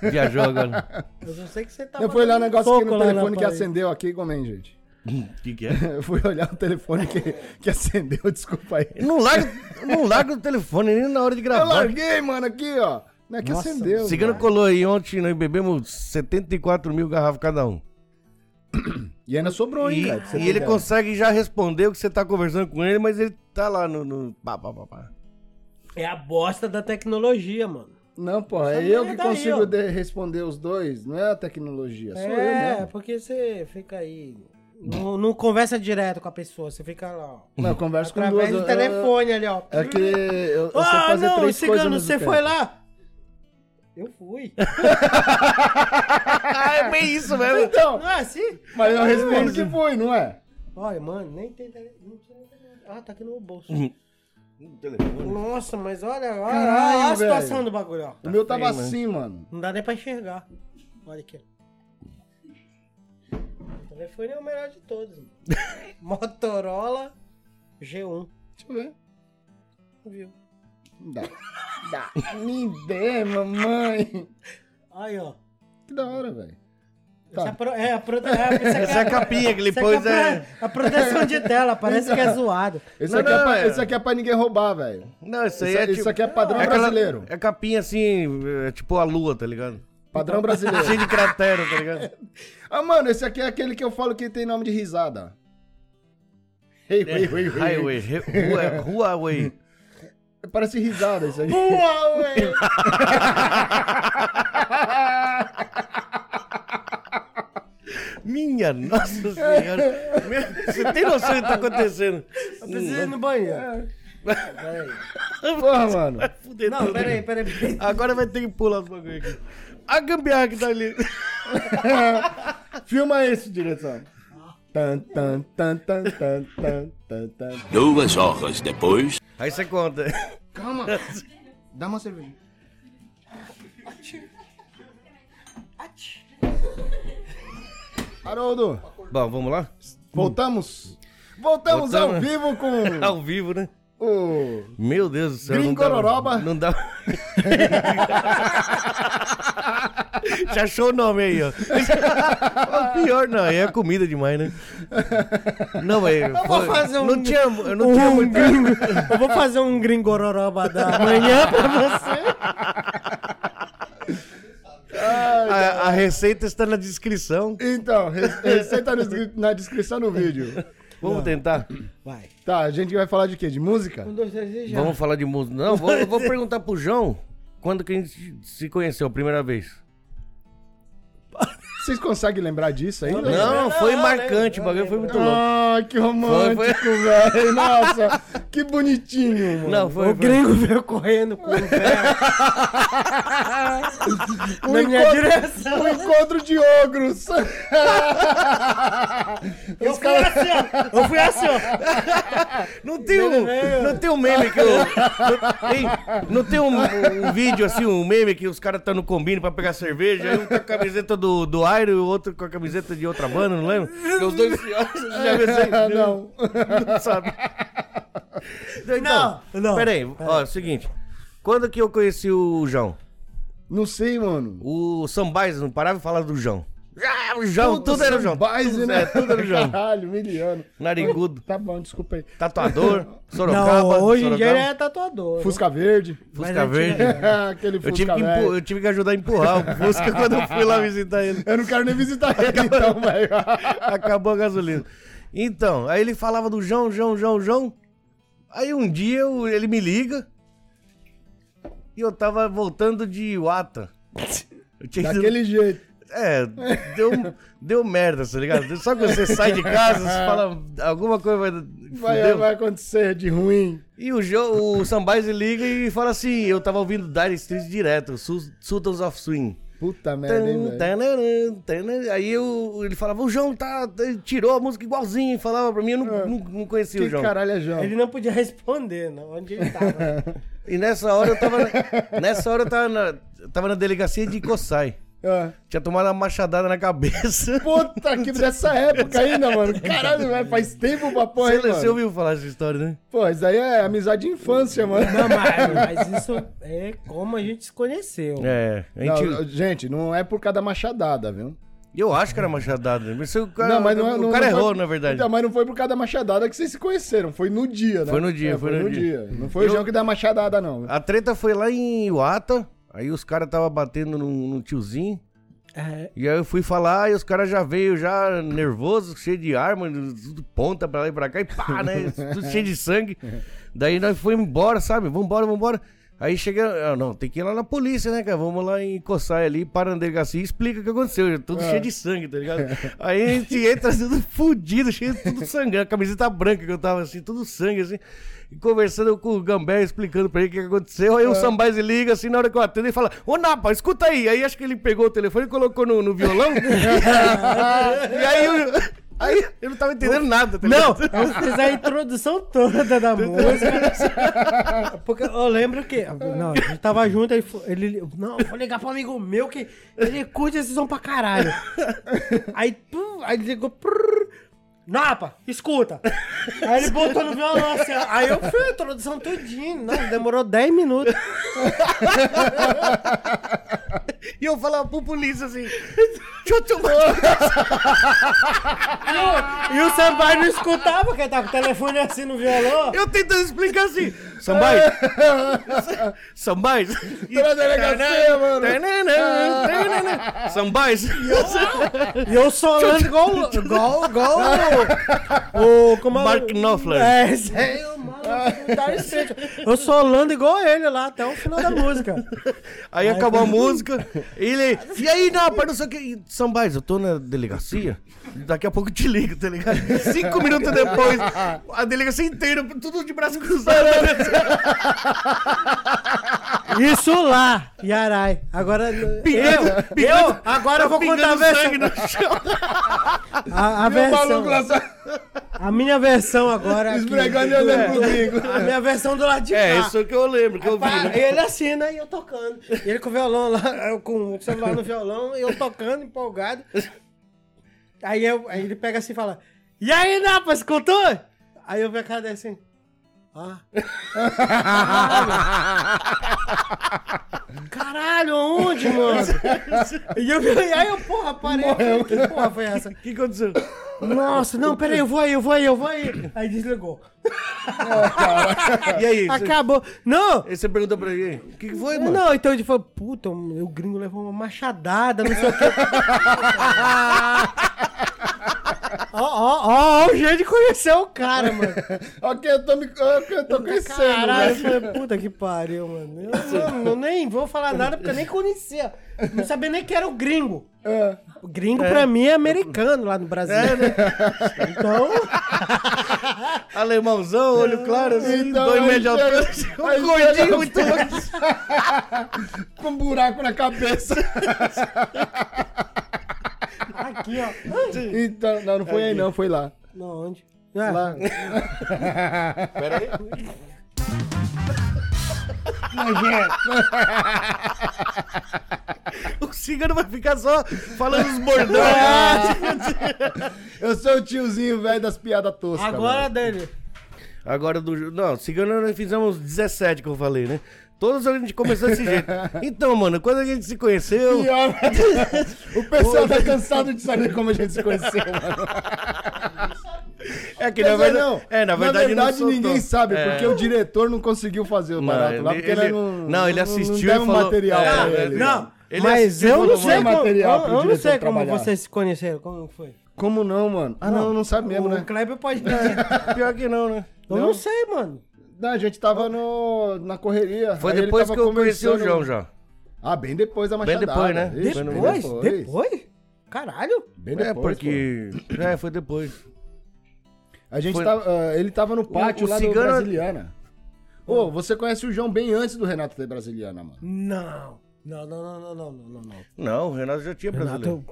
[SPEAKER 3] Tá
[SPEAKER 1] Viajou agora.
[SPEAKER 3] Eu só sei que você tava.
[SPEAKER 2] Eu fui olhar o
[SPEAKER 3] dando
[SPEAKER 2] negócio aqui no
[SPEAKER 3] soco lá né, na
[SPEAKER 2] telefone que
[SPEAKER 3] parede.
[SPEAKER 2] acendeu aqui, comem, gente.
[SPEAKER 1] O que que é?
[SPEAKER 2] Eu fui olhar o telefone que, que acendeu, desculpa aí.
[SPEAKER 1] Eu não larga, eu não larga o telefone nem na hora de
[SPEAKER 2] Eu
[SPEAKER 1] gravar.
[SPEAKER 2] larguei, mano, aqui, ó. Não é que
[SPEAKER 3] Nossa,
[SPEAKER 2] acendeu.
[SPEAKER 1] Cigano
[SPEAKER 2] mano.
[SPEAKER 1] colou aí ontem, nós bebemos 74 mil garrafas cada um.
[SPEAKER 2] E ainda sobrou, hein,
[SPEAKER 1] E,
[SPEAKER 2] cara. que você
[SPEAKER 1] e
[SPEAKER 2] tem
[SPEAKER 1] ele
[SPEAKER 2] que-
[SPEAKER 1] consegue já responder o que você tá conversando com ele, mas ele tá lá no. no pá, pá, pá, pá.
[SPEAKER 3] É a bosta da tecnologia, mano.
[SPEAKER 2] Não, porra, é
[SPEAKER 3] Essa
[SPEAKER 2] eu que
[SPEAKER 3] merda tá aí,
[SPEAKER 2] consigo
[SPEAKER 3] ó.
[SPEAKER 2] de- responder os dois. Não é a tecnologia, sou eu
[SPEAKER 3] É,
[SPEAKER 2] mesmo.
[SPEAKER 3] porque você fica aí.
[SPEAKER 1] Hum.
[SPEAKER 3] Não, não conversa direto com a pessoa, você fica lá, ó.
[SPEAKER 2] Não, eu converso com duas.
[SPEAKER 3] Através do
[SPEAKER 2] eu-
[SPEAKER 3] telefone ali, ó.
[SPEAKER 2] É que eu, eu sei
[SPEAKER 3] Ah,
[SPEAKER 2] fazer
[SPEAKER 3] não,
[SPEAKER 2] três coisas
[SPEAKER 3] cigano,
[SPEAKER 2] ao
[SPEAKER 3] você
[SPEAKER 2] mesmo
[SPEAKER 3] foi
[SPEAKER 2] tempo.
[SPEAKER 3] lá? Eu fui.
[SPEAKER 1] Ah, é bem isso mesmo.
[SPEAKER 2] Então,
[SPEAKER 3] Não é assim?
[SPEAKER 2] mas eu respondo que foi, não é?
[SPEAKER 3] Olha, mano, nem tem. tele- Não tinha nem tele- Ah, tá aqui no meu bolso.
[SPEAKER 1] Uhum. telefone.
[SPEAKER 3] Nossa, mas olha, olha,
[SPEAKER 2] Caralho,
[SPEAKER 3] olha a
[SPEAKER 2] velho.
[SPEAKER 3] situação do bagulho, ó.
[SPEAKER 2] O meu tava
[SPEAKER 1] feio, né?
[SPEAKER 2] assim, mano.
[SPEAKER 3] Não dá nem pra enxergar. Olha aqui. O telefone é o melhor de todos. mano. Motorola G1.
[SPEAKER 2] Deixa eu ver.
[SPEAKER 3] Viu?
[SPEAKER 2] Não dá. dá. Me dê, mamãe.
[SPEAKER 3] Aí, ó.
[SPEAKER 2] Que da hora, velho. Tá.
[SPEAKER 3] Essa, é a pro- é a prote- é a- essa
[SPEAKER 1] Essa é a
[SPEAKER 3] aqui é a-
[SPEAKER 1] capinha que ele
[SPEAKER 3] essa
[SPEAKER 1] pôs.
[SPEAKER 3] aqui é a
[SPEAKER 1] É... Então.
[SPEAKER 3] pro- a proteção de tela, parece que é zoado.
[SPEAKER 2] Esse,
[SPEAKER 1] Não,
[SPEAKER 2] aqui,
[SPEAKER 1] não,
[SPEAKER 2] é pra,
[SPEAKER 1] é.
[SPEAKER 2] esse aqui é pra ninguém roubar, velho.
[SPEAKER 1] Não, isso aí
[SPEAKER 2] Isso,
[SPEAKER 1] é
[SPEAKER 2] isso
[SPEAKER 1] tipo.
[SPEAKER 2] aqui é padrão
[SPEAKER 1] é aquela-
[SPEAKER 2] brasileiro.
[SPEAKER 1] É capinha assim, é tipo a lua, tá ligado?
[SPEAKER 2] Padrão brasileiro.
[SPEAKER 1] Cheio de cratera, tá ligado?
[SPEAKER 2] Ah, mano, esse aqui é aquele que eu falo que tem nome de risada. Hey, hey, hey, hey.
[SPEAKER 1] Highway, Ru- Ru- Huawei.
[SPEAKER 2] Parece risada isso aí.
[SPEAKER 3] Huawei!
[SPEAKER 1] Minha nossa senhora. Meu- Você tem noção do que tá acontecendo?
[SPEAKER 3] Eu preciso ir no banheiro.
[SPEAKER 2] Porra, mano.
[SPEAKER 1] Fudeu
[SPEAKER 3] Não,
[SPEAKER 1] tudo.
[SPEAKER 3] peraí, peraí. peraí.
[SPEAKER 1] Agora vai ter que pular os bagulho aqui. A gambiarra que tá ali.
[SPEAKER 2] Filma isso, direção. Tan, tan, tan, tan, tan, tan, tan, tan.
[SPEAKER 6] Duas horas depois.
[SPEAKER 1] Aí você conta.
[SPEAKER 2] Calma. Dá uma cerveja. Haroldo,
[SPEAKER 1] Bom, vamos lá?
[SPEAKER 2] voltamos? Voltamos ao
[SPEAKER 1] Voltamos.
[SPEAKER 2] vivo
[SPEAKER 1] Ao
[SPEAKER 2] com
[SPEAKER 1] vivo, né?
[SPEAKER 2] o...
[SPEAKER 1] Meu Deus do céu.
[SPEAKER 2] Gringororoba.
[SPEAKER 1] Não dá. Já achou o nome aí, ó. O pior não, aí é comida demais, né? Não, mas. Eu
[SPEAKER 3] vou fazer um-
[SPEAKER 1] Não tinha, eu não tinha
[SPEAKER 3] Um
[SPEAKER 1] muito.
[SPEAKER 3] gringo. Eu vou fazer um gringororoba da manhã pra você.
[SPEAKER 1] A, a receita está na descrição.
[SPEAKER 2] Então, re- receita no descri- na descrição do vídeo.
[SPEAKER 1] Vamos tentar?
[SPEAKER 3] Vai.
[SPEAKER 2] Tá, a gente vai falar de quê? De música?
[SPEAKER 3] Um, dois, três e já.
[SPEAKER 1] Vamos falar de música. Não, vou, eu vou perguntar pro João quando que a gente se conheceu a primeira vez.
[SPEAKER 2] Vocês conseguem lembrar disso ainda?
[SPEAKER 1] Não, foi marcante, o bagulho foi muito louco.
[SPEAKER 2] Ai, que romântico,
[SPEAKER 1] Foi,
[SPEAKER 2] velho. Nossa, que bonitinho, mano.
[SPEAKER 1] Não, foi.
[SPEAKER 3] O
[SPEAKER 1] foi.
[SPEAKER 3] gringo veio correndo com o velho
[SPEAKER 2] Um
[SPEAKER 3] na minha
[SPEAKER 2] encontro-
[SPEAKER 3] direção.
[SPEAKER 2] Um encontro de ogros.
[SPEAKER 3] Eu fui assim, ó. Eu fui assim, ó.
[SPEAKER 1] Não tem um, não tem um meme que eu. Não tem, não tem um, um vídeo assim, um meme que os caras estão no combine pra pegar cerveja, aí um com a camiseta do, do Iron e o outro com a camiseta de outra banda, não lembro? E os dois já viu isso aí?
[SPEAKER 2] Ah, não.
[SPEAKER 1] Não sabe. Então,
[SPEAKER 3] Não, não.
[SPEAKER 1] Peraí, ó, é o seguinte. Quando que eu conheci o João?
[SPEAKER 2] Não sei, mano.
[SPEAKER 1] O Sambais não parava de falar do João. Ah, o João, tudo, era o João.
[SPEAKER 2] Base,
[SPEAKER 1] tudo,
[SPEAKER 2] né?
[SPEAKER 1] é, tudo era o João.
[SPEAKER 2] Caralho, miliano.
[SPEAKER 1] Narigudo,
[SPEAKER 2] Tá bom, desculpa aí.
[SPEAKER 1] tatuador, Sorocaba.
[SPEAKER 3] Não, hoje em dia
[SPEAKER 1] Sorocaba,
[SPEAKER 3] ele é tatuador. né?
[SPEAKER 2] Fusca verde.
[SPEAKER 3] Mas é-
[SPEAKER 1] Fusca
[SPEAKER 3] antiga-
[SPEAKER 1] Verde.
[SPEAKER 2] Aquele Fusca
[SPEAKER 1] Eu tive, que empu-
[SPEAKER 2] velho.
[SPEAKER 1] eu tive que ajudar a empurrar o Fusca quando eu fui lá visitar ele.
[SPEAKER 2] Eu não quero nem visitar ele, então, velho.
[SPEAKER 1] Acabou a gasolina. Então, aí ele falava do João, João, João, João. Aí um dia eu- ele me liga e eu tava voltando de Wata. Eu tinha ido-
[SPEAKER 2] Daquele jeito.
[SPEAKER 1] É, deu, deu merda, tá ligado? Só que você sai de casa, você fala alguma coisa vai.
[SPEAKER 2] Vai,
[SPEAKER 1] fudeu.
[SPEAKER 2] vai acontecer de ruim.
[SPEAKER 1] E o, jo, o Sambaise liga e fala assim: Eu tava ouvindo Dire Street direto, Sul- Sultans of Swing.
[SPEAKER 2] Puta merda, hein,
[SPEAKER 1] Tan,
[SPEAKER 2] velho?
[SPEAKER 1] tanaran, tanaran. Aí eu, ele falava, o João tá, ele tirou a música igualzinho, e falava pra mim, eu não, não, não conhecia o
[SPEAKER 2] É. Que
[SPEAKER 1] João.
[SPEAKER 2] caralho é João?
[SPEAKER 3] né? Ele não podia responder, não, onde ele tava.
[SPEAKER 1] E nessa hora eu tava. na- nessa hora eu tava na, eu tava na delegacia de Coçai.
[SPEAKER 2] Ah.
[SPEAKER 1] Tinha tomado uma machadada na cabeça.
[SPEAKER 2] Puta que dessa época ainda, mano. Caralho, velho, faz tempo pra porra,
[SPEAKER 1] Você,
[SPEAKER 2] hein,
[SPEAKER 1] você
[SPEAKER 2] mano.
[SPEAKER 1] ouviu falar essa história, né?
[SPEAKER 2] Pô, isso aí é amizade de infância, mano.
[SPEAKER 3] Não, mas, mas isso é como a gente se conheceu.
[SPEAKER 1] É. A
[SPEAKER 2] Não,
[SPEAKER 1] gente,
[SPEAKER 2] gente... não é por causa da machadada, viu?
[SPEAKER 1] Eu acho que era machadada. né? Mas se o cara,
[SPEAKER 2] é-
[SPEAKER 1] o cara
[SPEAKER 2] foi-
[SPEAKER 1] errou, na verdade.
[SPEAKER 2] Então, mas não foi por causa da machadada que vocês se conheceram. Foi no dia, né?
[SPEAKER 1] Foi no dia, foi no dia.
[SPEAKER 2] Não foi o
[SPEAKER 1] Eu- Ah,
[SPEAKER 2] João que dá machadada, não.
[SPEAKER 1] A treta foi lá em Iwata. Aí os caras tava batendo num, num tiozinho.
[SPEAKER 3] É,
[SPEAKER 1] E aí eu fui falar e os caras já veio já nervoso, cheio de arma, tudo ponta pra lá e pra cá, e pá, né? Tudo cheio de sangue. Daí nós fomos embora, sabe? Vambora, vambora. Aí chega, ah, não, tem que ir lá na polícia, né, cara? Vamos lá em Coçai ali, para na delegacia e explica o que aconteceu. já Tudo cheio de sangue, tá ligado? Aí a gente entra assim, tudo fudido, cheio de tudo sangrando. A camiseta branca que eu tava assim, tudo sangue, assim. E conversando com o Gambé, explicando pra ele o que aconteceu. Aí o Sambaise liga, assim, na hora que eu atendo, ele fala, ô Napa, escuta aí. Aí acho que ele pegou o telefone e colocou no, no violão. e aí eu, aí eu não tava entendendo nada, tá
[SPEAKER 3] Não,
[SPEAKER 1] ligado?
[SPEAKER 3] eu fiz a introdução toda da música. Porque eu lembro que. Não, a gente tava junto, ele, fo- ele. Não, eu vou ligar pro amigo meu que ele curte esse som pra caralho. Aí, pum, aí ele ligou. prrr, Napa, escuta. Aí ele botou no violão assim. ó. Aí eu fiz a introdução tudinho. Não, demorou 10 minutos.
[SPEAKER 1] E eu falava pro polícia assim, "Tchau, tchau, tchau."
[SPEAKER 3] E o Sambar não escutava, porque ele tava com o telefone assim no violão.
[SPEAKER 1] eu tentando explicar assim, Sambai, Sambai,
[SPEAKER 2] Pela delegacia,
[SPEAKER 1] tá
[SPEAKER 2] mano.
[SPEAKER 1] Sambai,
[SPEAKER 3] E eu solando igual. Igual. Igual. O. Como é o-
[SPEAKER 1] Mark Knopfler.
[SPEAKER 3] É, esse aí é o mano do Dire Straits. Eu solando igual ele lá até o final da música.
[SPEAKER 1] Aí acabou a música, ele. E aí, não, pai, não sei o que. Sambais, eu tô na delegacia. Daqui a pouco eu te ligo, tá ligado? Cinco minutos depois, a delegacia inteira, tudo de braço cruzado. né,
[SPEAKER 3] Isso lá, Yarai. Agora. eu, eu, agora eu vou contar a
[SPEAKER 1] pingando
[SPEAKER 3] versão.
[SPEAKER 1] sangue no chão.
[SPEAKER 3] A, a
[SPEAKER 2] E o maluco lá
[SPEAKER 3] versão.
[SPEAKER 2] só
[SPEAKER 3] A minha versão agora. aqui.
[SPEAKER 2] esfregando e olhando pro gringo.
[SPEAKER 3] A minha versão do lado de cá.
[SPEAKER 1] É, isso que eu lembro, que eu vi.
[SPEAKER 3] Pá,
[SPEAKER 1] né?
[SPEAKER 3] ele assim, né? E eu tocando. E ele com o violão lá, eu com o celular no violão, eu tocando, empolgado. Aí, eu, aí ele pega assim e fala: E aí, Napa, escutou? Aí eu vejo a cara dele assim. Ah. Caralho. Caralho, onde, mano? E eu, e aí eu, porra, parei. Falei, Que porra foi essa?
[SPEAKER 1] O que aconteceu?
[SPEAKER 3] Nossa, não, peraí, eu vou aí, eu vou aí, eu vou aí. Aí desligou.
[SPEAKER 1] E aí? você-
[SPEAKER 3] Acabou. Não,
[SPEAKER 1] Aí você perguntou pra ele, o que que foi, mano?
[SPEAKER 3] Não, então ele falou, puta, o gringo levou uma machadada, não sei o quê. Ó, ó, ó, ó, o jeito de conhecer o cara, mano.
[SPEAKER 2] Ok, eu tô, me... ok, eu tô conhecendo, né?
[SPEAKER 3] Caralho, eu
[SPEAKER 2] velho.
[SPEAKER 3] falei, puta que pariu, mano. Eu, não- não- nem vou falar nada porque eu nem conhecia. Não sabia nem que era o gringo.
[SPEAKER 2] É.
[SPEAKER 3] O gringo, pra mim, é americano lá no Brasil.
[SPEAKER 1] É.
[SPEAKER 3] né? Então,
[SPEAKER 1] Alemãozão, olho claro, assim,
[SPEAKER 2] Então,
[SPEAKER 1] dois
[SPEAKER 2] aí
[SPEAKER 1] metros de altura,
[SPEAKER 2] chega- aí
[SPEAKER 1] um
[SPEAKER 2] chega-
[SPEAKER 1] gordinho muito louco.
[SPEAKER 2] Com um buraco na cabeça.
[SPEAKER 3] aqui, ó.
[SPEAKER 2] Então, não,
[SPEAKER 1] É
[SPEAKER 2] não foi aí não, foi lá.
[SPEAKER 3] Não, onde? Ah,
[SPEAKER 2] Lá.
[SPEAKER 1] O cigano vai ficar só falando os bordões. Ah,
[SPEAKER 2] Eu sou o tiozinho velho das piadas toscas.
[SPEAKER 3] Agora,
[SPEAKER 2] mano.
[SPEAKER 3] Dani.
[SPEAKER 1] Agora do. Não, cigano nós fizemos 17 que eu falei, né? Todos a gente começou desse jeito. Então, mano, quando a gente se conheceu.
[SPEAKER 2] Pior, velho. O pessoal tá cansado de saber como a gente se conheceu, mano.
[SPEAKER 1] É que
[SPEAKER 2] Quer
[SPEAKER 1] na
[SPEAKER 2] dizer,
[SPEAKER 1] verdade. É, na verdade, não soltou.
[SPEAKER 2] ninguém sabe,
[SPEAKER 1] É.
[SPEAKER 2] porque o diretor não conseguiu fazer o
[SPEAKER 1] Não,
[SPEAKER 2] barato lá,
[SPEAKER 1] ele-
[SPEAKER 2] porque ele
[SPEAKER 1] ele-
[SPEAKER 2] não...
[SPEAKER 1] não, ele assistiu
[SPEAKER 2] deram
[SPEAKER 1] e falou-
[SPEAKER 2] material
[SPEAKER 1] É,
[SPEAKER 2] pra
[SPEAKER 3] Ah,
[SPEAKER 2] ele.
[SPEAKER 3] não,
[SPEAKER 1] Ele
[SPEAKER 3] mas
[SPEAKER 1] assistiu
[SPEAKER 3] eu
[SPEAKER 1] todo
[SPEAKER 3] não sei
[SPEAKER 2] mundo.
[SPEAKER 3] como,
[SPEAKER 2] Material pro
[SPEAKER 3] eu, eu não
[SPEAKER 2] diretor
[SPEAKER 3] sei como
[SPEAKER 2] trabalhar.
[SPEAKER 3] vocês se conheceram, como foi?
[SPEAKER 2] Como não, mano? Ah, não, não sabe mesmo, né?
[SPEAKER 3] O Kleber pode dizer.
[SPEAKER 1] Pior que não, né?
[SPEAKER 3] Eu não sei, mano.
[SPEAKER 2] Não, a gente tava no, na correria.
[SPEAKER 1] Foi
[SPEAKER 2] aí ele
[SPEAKER 1] depois
[SPEAKER 2] tava
[SPEAKER 1] que eu conheci o
[SPEAKER 2] conversando-
[SPEAKER 1] João já.
[SPEAKER 2] Ah, bem depois da
[SPEAKER 1] Bem
[SPEAKER 2] machadada.
[SPEAKER 1] depois, né?
[SPEAKER 2] Ixi,
[SPEAKER 1] Foi no-
[SPEAKER 3] Depois? Depois? Caralho.
[SPEAKER 2] Bem
[SPEAKER 1] É,
[SPEAKER 2] depois, pô.
[SPEAKER 1] porque. É, foi depois.
[SPEAKER 2] A gente
[SPEAKER 1] foi-
[SPEAKER 2] tava, ah, ele tava no pátio
[SPEAKER 1] o
[SPEAKER 2] lá
[SPEAKER 1] cigano-
[SPEAKER 2] do Brasiliana. Ô, você conhece o João bem antes do Renato ter Brasiliana, mano.
[SPEAKER 3] Não. Não, não, não, não, não, não, não.
[SPEAKER 1] Não, o Renato já tinha brasileiro.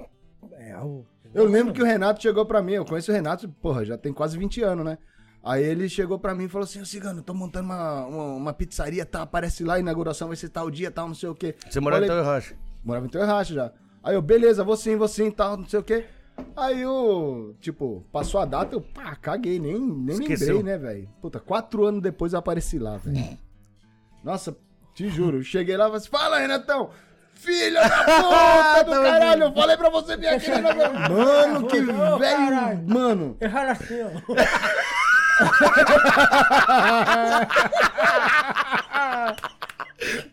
[SPEAKER 3] Renato é o...
[SPEAKER 2] Eu lembro que o Renato chegou pra mim, eu conheço o Renato, porra, já tem quase 20 anos, né? Aí ele chegou pra mim e falou assim, ô Cigano, tô montando uma, uma, uma pizzaria, tá, aparece lá, a inauguração vai ser tal dia, tal, não sei o quê.
[SPEAKER 1] Você morava então em
[SPEAKER 2] Falei-
[SPEAKER 1] Torre Rocha.
[SPEAKER 2] Morava em Torracha já. Aí eu, beleza, vou sim, vou sim, tal, não sei o quê. Aí eu, tipo, passou a data, eu pá, caguei, nem, nem
[SPEAKER 1] Esqueceu.
[SPEAKER 2] lembrei, né, velho? Puta, quatro anos depois eu apareci lá, velho. Nossa, te juro, eu cheguei lá e falei assim, fala, Renatão! Filho da puta do caralho, eu falei pra você vir aqui. né, meu? Mano, que
[SPEAKER 3] Ô,
[SPEAKER 2] velho,
[SPEAKER 3] caralho.
[SPEAKER 2] mano.
[SPEAKER 3] Erraram assim, ó.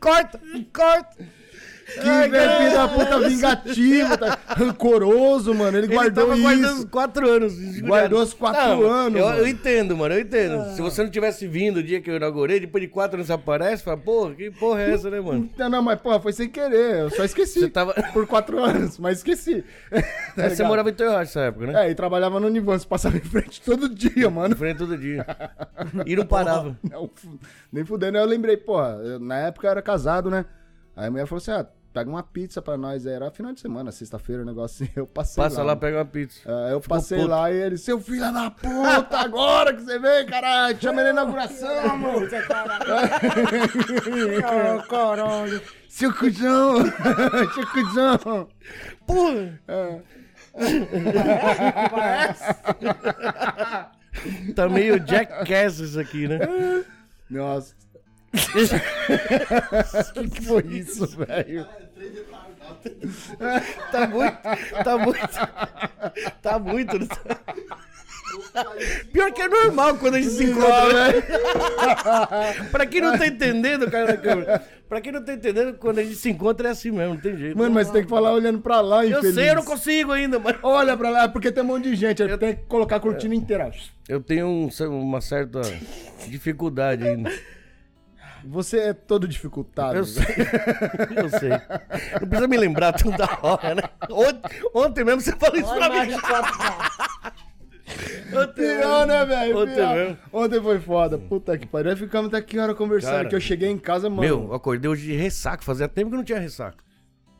[SPEAKER 1] Corta! Corta!
[SPEAKER 2] Que velho filho da puta vingativo, tá, rancoroso, mano. Ele,
[SPEAKER 1] Ele
[SPEAKER 2] guardou
[SPEAKER 1] tava
[SPEAKER 2] isso.
[SPEAKER 1] guardando os quatro anos. desgulhado.
[SPEAKER 2] Guardou os quatro
[SPEAKER 1] Não,
[SPEAKER 2] anos,
[SPEAKER 1] Eu,
[SPEAKER 2] mano. Ah.
[SPEAKER 1] eu entendo, mano, eu entendo. Se você não tivesse vindo o dia que eu inaugurei, depois de quatro anos você aparece, fala, porra, que porra é essa, né, mano?
[SPEAKER 2] Não, não, mas porra, foi sem querer. Eu só esqueci.
[SPEAKER 1] Você tava-
[SPEAKER 2] Por quatro anos, mas esqueci. Tá
[SPEAKER 1] Aí você
[SPEAKER 2] ligado?
[SPEAKER 1] morava em Torre Rocha nessa época, né?
[SPEAKER 2] É, e trabalhava no Univanso, passava em frente todo dia,
[SPEAKER 1] Na
[SPEAKER 2] mano.
[SPEAKER 1] frente todo dia. E não parava.
[SPEAKER 2] Não, fu- nem fudendo. Aí Eu lembrei, porra, eu- na época eu era casado, né? Aí a mulher falou assim: ah, pega uma pizza pra nós. Aí era final de semana, sexta-feira, o negócio assim. Eu passei
[SPEAKER 1] Passa lá,
[SPEAKER 2] mano.
[SPEAKER 1] pega uma pizza.
[SPEAKER 2] Ah, eu passei
[SPEAKER 1] puto.
[SPEAKER 2] lá e ele, seu filho da puta, agora que você vem, caralho, chama ele na inauguração, mano.
[SPEAKER 3] tá Ô, caralho.
[SPEAKER 2] Seu cuzão, seu cuzão.
[SPEAKER 1] Porra!
[SPEAKER 3] é
[SPEAKER 1] Tá meio jackass isso aqui, né?
[SPEAKER 2] Nossa. que, que foi isso, velho?
[SPEAKER 4] tá
[SPEAKER 1] Tá muito, tá muito, tá muito. não tá? Pior que é normal quando a gente se encontra, né?
[SPEAKER 2] né?
[SPEAKER 1] pra quem não tá entendendo, cara da câmera, pra quem não tá entendendo, quando a gente se encontra é assim mesmo, não tem jeito.
[SPEAKER 2] Mano, mas tem que falar olhando pra lá,
[SPEAKER 1] eu
[SPEAKER 2] infeliz.
[SPEAKER 1] sei, eu não consigo ainda, mas...
[SPEAKER 2] Olha pra lá, porque tem um monte de gente. Eu tenho que colocar a
[SPEAKER 1] É.
[SPEAKER 2] cortina inteira.
[SPEAKER 1] Eu tenho um cer- uma certa dificuldade ainda.
[SPEAKER 2] Você é todo dificultado.
[SPEAKER 1] Eu sei. Eu sei. Não precisa me lembrar toda hora, né? Ontem, ontem mesmo você falou isso pra mim. Ontem
[SPEAKER 2] Pior, né, velho?
[SPEAKER 1] Ontem
[SPEAKER 2] Pior.
[SPEAKER 1] mesmo.
[SPEAKER 2] Ontem foi foda. Puta que pariu. Aí ficamos até que hora conversando.
[SPEAKER 1] Cara.
[SPEAKER 2] que eu cheguei em casa, mano.
[SPEAKER 1] Meu, eu acordei hoje de ressaca. Fazia tempo que eu não tinha ressaca.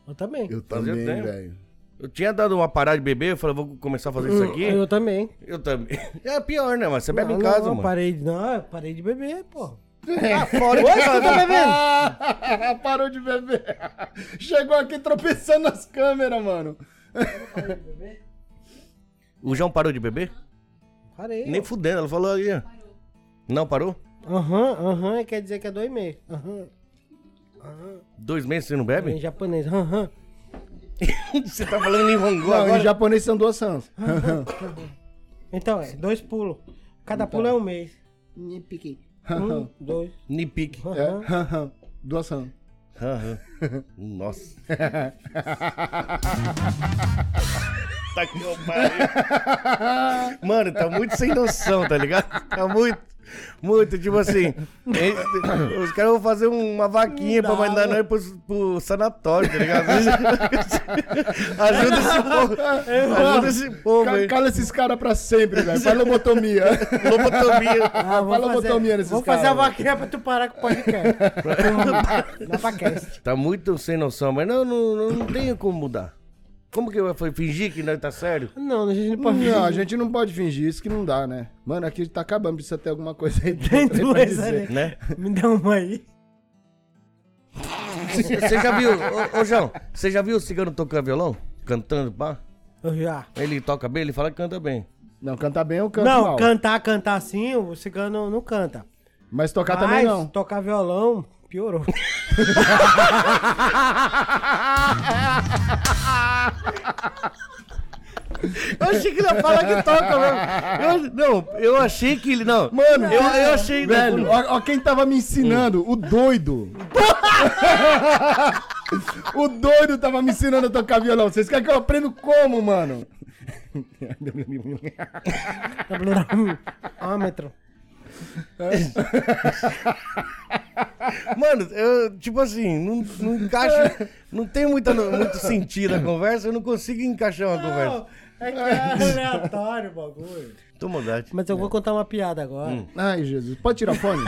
[SPEAKER 3] Eu também.
[SPEAKER 2] eu
[SPEAKER 1] eu
[SPEAKER 2] também,
[SPEAKER 1] tenho.
[SPEAKER 2] velho.
[SPEAKER 1] Eu tinha dado uma parada de beber, eu falei, vou começar a fazer isso aqui.
[SPEAKER 3] Eu também.
[SPEAKER 1] Eu também. É pior, né, mano? Você bebe
[SPEAKER 3] Não,
[SPEAKER 1] em casa,
[SPEAKER 3] não,
[SPEAKER 1] mano.
[SPEAKER 3] Parei de, não, eu parei de beber, pô. Ah,
[SPEAKER 1] Fora de casa.
[SPEAKER 2] Tá
[SPEAKER 1] Ah!
[SPEAKER 2] Ah, Parou de beber. Chegou aqui tropeçando as câmeras, mano.
[SPEAKER 1] O João parou de beber?
[SPEAKER 3] Parei.
[SPEAKER 1] Nem
[SPEAKER 3] ó.
[SPEAKER 1] fudendo, ela falou aí. ó. Não, parou?
[SPEAKER 3] Aham, aham, quer dizer que é dois meses. Aham.
[SPEAKER 1] Dois meses você não
[SPEAKER 3] Em
[SPEAKER 1] bebe?
[SPEAKER 3] japonês, aham.
[SPEAKER 1] você tá falando em Hongo
[SPEAKER 2] Não,
[SPEAKER 1] agora?
[SPEAKER 2] em japonês são duas sans.
[SPEAKER 3] Então, é, dois pulos. Cada pulo é um mês. Um, dois.
[SPEAKER 1] Nipique.
[SPEAKER 2] é. duas sans.
[SPEAKER 1] Aham. Nossa. tá que eu pariu. Mano, tá muito sem noção, tá ligado? Tá muito. Muito, tipo assim. esse- os caras vão fazer uma vaquinha pra mandar nós pro, pro sanatório, tá ligado? Ajuda esse povo. Ajuda esse povo
[SPEAKER 2] Ca-
[SPEAKER 1] aí.
[SPEAKER 2] Cala esses caras pra sempre, velho. Faz lobotomia.
[SPEAKER 1] Lobotomia.
[SPEAKER 3] Ah, vou
[SPEAKER 2] Fala
[SPEAKER 3] fazer,
[SPEAKER 2] botomia nesses
[SPEAKER 3] vou fazer a
[SPEAKER 2] caras.
[SPEAKER 3] vaquinha pra tu parar com o podcast. Na podcast.
[SPEAKER 1] Tá muito sem noção, mas não, não, não, não tenho como mudar. Como que eu vou fingir que nós tá sério?
[SPEAKER 3] Não, a gente não pode
[SPEAKER 2] Não, a gente não pode fingir isso que não dá, né? Mano, aqui tá acabando, precisa ter alguma coisa aí dentro.
[SPEAKER 3] Tem
[SPEAKER 2] aí pra
[SPEAKER 3] duas
[SPEAKER 2] dizer.
[SPEAKER 3] ali.
[SPEAKER 1] Né?
[SPEAKER 3] Me dá uma aí.
[SPEAKER 1] Você já viu, ô, ô, João, você já viu o cigano tocando violão? Cantando, pá?
[SPEAKER 3] Eu já.
[SPEAKER 1] Ele toca bem, ele fala que canta bem.
[SPEAKER 2] Não, cantar bem eu canto
[SPEAKER 3] não,
[SPEAKER 2] mal.
[SPEAKER 3] cantar, cantar assim, o cigano não canta.
[SPEAKER 2] Mas tocar
[SPEAKER 3] Mas
[SPEAKER 2] também não.
[SPEAKER 3] tocar violão, piorou.
[SPEAKER 1] Eu achei que ele ia falar que toca mesmo. Eu- não, eu achei que ele. Não. Mano, eu, eu achei. né,
[SPEAKER 2] Velho, ó, ó quem tava me ensinando, o doido. o doido tava me ensinando a tocar violão. Vocês querem que eu aprenda como, mano?
[SPEAKER 3] Ó, metrô.
[SPEAKER 1] Mano, eu, tipo assim, não, não encaixa. Não tem muita, muito sentido a conversa, eu não consigo encaixar uma conversa.
[SPEAKER 3] Não, é que é aleatório o bagulho.
[SPEAKER 1] Tô maldade.
[SPEAKER 3] Mas eu vou contar uma piada agora.
[SPEAKER 2] Ai, Jesus. Pode tirar o fone?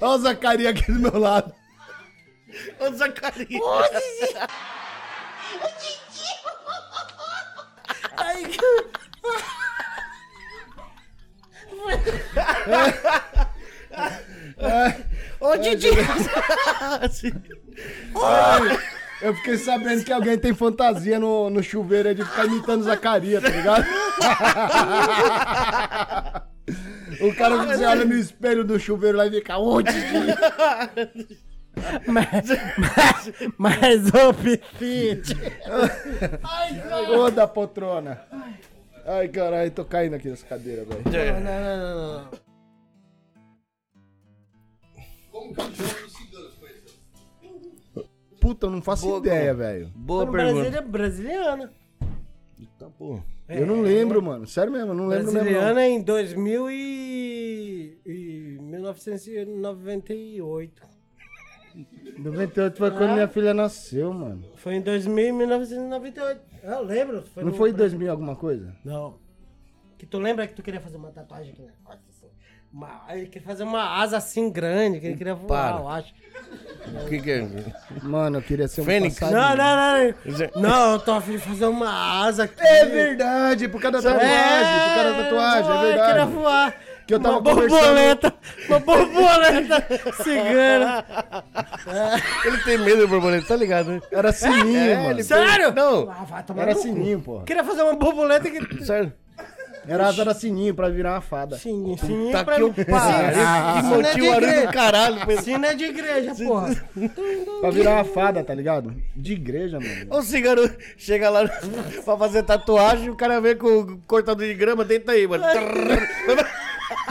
[SPEAKER 2] Olha o Zacaria aqui do meu lado.
[SPEAKER 1] Ô, Zacarias. Ô, Didi!
[SPEAKER 2] Eu fiquei sabendo que alguém tem fantasia no, no chuveiro aí de ficar imitando Zacaria, tá ligado? o cara que você
[SPEAKER 1] é
[SPEAKER 2] olha no espelho do chuveiro lá e fica, ô Didi!
[SPEAKER 3] Mas, mas, mas, ô Pipite,
[SPEAKER 2] Ô da poltrona! Ai, caralho, tô caindo aqui nessa cadeira, velho.
[SPEAKER 4] Como que o jogo dos ciganos conheceu?
[SPEAKER 2] Puta, eu não faço
[SPEAKER 1] Boa,
[SPEAKER 2] ideia,
[SPEAKER 1] Gão.
[SPEAKER 2] velho.
[SPEAKER 1] Boa
[SPEAKER 3] no Brasil
[SPEAKER 1] pergunta.
[SPEAKER 3] é brasiliana.
[SPEAKER 2] Eu
[SPEAKER 1] É,
[SPEAKER 2] não lembro, mano. Sério mesmo, eu não lembro mesmo.
[SPEAKER 3] Brasiliana em 2000 e... e 1998.
[SPEAKER 1] né?
[SPEAKER 2] Não. 98 foi quando minha filha nasceu, mano.
[SPEAKER 3] Foi em 2000 e 1998. Eu lembro.
[SPEAKER 2] Não
[SPEAKER 3] no-
[SPEAKER 2] foi 2000 alguma coisa?
[SPEAKER 3] Não. Que tu lembra que tu queria fazer uma tatuagem aqui na costa, assim. Uma, ele queria fazer uma asa assim grande, que ele queria voar,
[SPEAKER 1] Para.
[SPEAKER 3] eu acho.
[SPEAKER 1] O que, que é?
[SPEAKER 2] Mano, eu queria ser um
[SPEAKER 1] Fênix.
[SPEAKER 2] passarinho.
[SPEAKER 3] Não, não,
[SPEAKER 1] Isso é-
[SPEAKER 3] não. Não, eu tô afim de fazer uma asa aqui.
[SPEAKER 2] É verdade, por causa da tatuagem, por causa da tatuagem, é
[SPEAKER 3] Eu queria
[SPEAKER 2] verdade.
[SPEAKER 3] voar.
[SPEAKER 2] Que eu tava
[SPEAKER 3] uma borboleta, uma borboleta cigana.
[SPEAKER 1] Ele tem medo do borboleta, tá ligado? né?
[SPEAKER 2] Era sininho,
[SPEAKER 1] É,
[SPEAKER 2] mano.
[SPEAKER 1] ele-
[SPEAKER 3] Sério?
[SPEAKER 1] Não,
[SPEAKER 3] Ah, vai tomar
[SPEAKER 2] Era
[SPEAKER 3] no cu.
[SPEAKER 2] sininho, pô.
[SPEAKER 3] Queria fazer uma borboleta que...
[SPEAKER 1] sério.
[SPEAKER 2] Era asa da sininho pra virar uma fada.
[SPEAKER 3] Sininho, sininho
[SPEAKER 1] Tá
[SPEAKER 3] é pra
[SPEAKER 1] aqui o
[SPEAKER 3] mim.
[SPEAKER 1] pariu. Que
[SPEAKER 3] Sino é de
[SPEAKER 1] motivo
[SPEAKER 3] igreja.
[SPEAKER 1] do caralho. pra esse-
[SPEAKER 3] Sino é de igreja, porra.
[SPEAKER 2] Pra virar uma fada, tá ligado? De igreja, mano.
[SPEAKER 1] O cigano chega lá pra fazer tatuagem, o cara vem com o cortador de grama, deita aí, mano.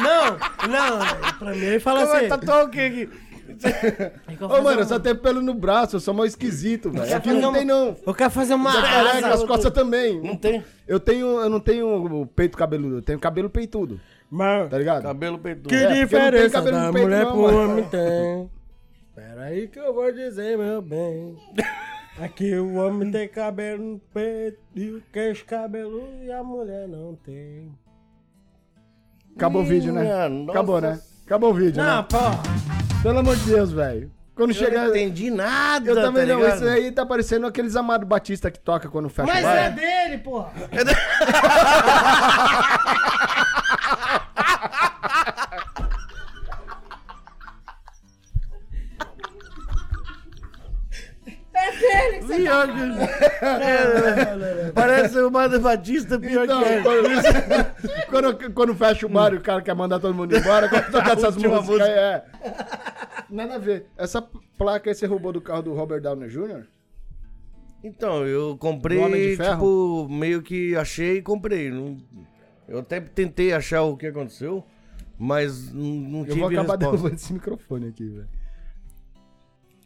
[SPEAKER 3] Não, não. Pra mim ele fala
[SPEAKER 1] Vai
[SPEAKER 3] assim.
[SPEAKER 2] tá
[SPEAKER 1] tatuar o quê aqui?
[SPEAKER 3] "Eu quero
[SPEAKER 2] é Ô,
[SPEAKER 3] fazer
[SPEAKER 2] mano, eu
[SPEAKER 3] uma-
[SPEAKER 2] só tenho pelo no braço, eu sou mal esquisito, velho.
[SPEAKER 3] quero
[SPEAKER 2] Aqui
[SPEAKER 3] fazer
[SPEAKER 2] não
[SPEAKER 3] uma-
[SPEAKER 2] tem, não. tá
[SPEAKER 3] Eu quero fazer uma
[SPEAKER 2] Caraca,
[SPEAKER 3] asa.
[SPEAKER 2] as costas também.
[SPEAKER 1] Não tem?
[SPEAKER 2] Eu tenho, eu não tenho o peito cabeludo, eu tenho cabelo peitudo,
[SPEAKER 3] Mano,
[SPEAKER 2] tá ligado?
[SPEAKER 1] Cabelo peitudo.
[SPEAKER 3] que
[SPEAKER 2] É, porque não tem
[SPEAKER 3] diferença
[SPEAKER 2] cabelo
[SPEAKER 3] da
[SPEAKER 2] no peito,
[SPEAKER 3] mulher
[SPEAKER 2] não,
[SPEAKER 3] pro
[SPEAKER 2] mano.
[SPEAKER 3] homem tem? Pera aí que eu vou dizer, meu bem. Aqui o homem tem cabelo no peito e o queixo cabeludo e a mulher não tem.
[SPEAKER 2] Acabou o vídeo, né?
[SPEAKER 1] Minha nossa.
[SPEAKER 2] Acabou, né? Acabou o vídeo,
[SPEAKER 3] Não,
[SPEAKER 2] né?
[SPEAKER 3] porra.
[SPEAKER 2] Pelo amor de Deus, velho. Quando chegar...
[SPEAKER 1] Eu não entendi nada,
[SPEAKER 2] Eu também
[SPEAKER 1] tá
[SPEAKER 2] não,
[SPEAKER 1] ligado?
[SPEAKER 2] isso aí tá parecendo aqueles Amado Batista que toca quando fecha
[SPEAKER 3] Mas
[SPEAKER 2] o bar.
[SPEAKER 3] é dele, porra.
[SPEAKER 1] Pior que... É, Parece
[SPEAKER 2] um
[SPEAKER 1] o Mano Batista, pior
[SPEAKER 2] Então,
[SPEAKER 1] que é.
[SPEAKER 2] quando, quando, quando fecha o bar e o cara quer mandar todo mundo embora, quando toca essas
[SPEAKER 1] última
[SPEAKER 2] músicas, aí, é. Nada a ver. Essa placa aí você roubou do carro do Robert Downey Jr.?
[SPEAKER 1] Então, eu
[SPEAKER 2] Do Homem de
[SPEAKER 1] comprei,
[SPEAKER 2] Ferro?
[SPEAKER 1] tipo, meio que achei e comprei. Não- Eu até tentei achar o que aconteceu, mas não, não
[SPEAKER 2] Eu
[SPEAKER 1] tive
[SPEAKER 2] vou acabar
[SPEAKER 1] resposta.
[SPEAKER 2] derrubando esse microfone aqui, velho.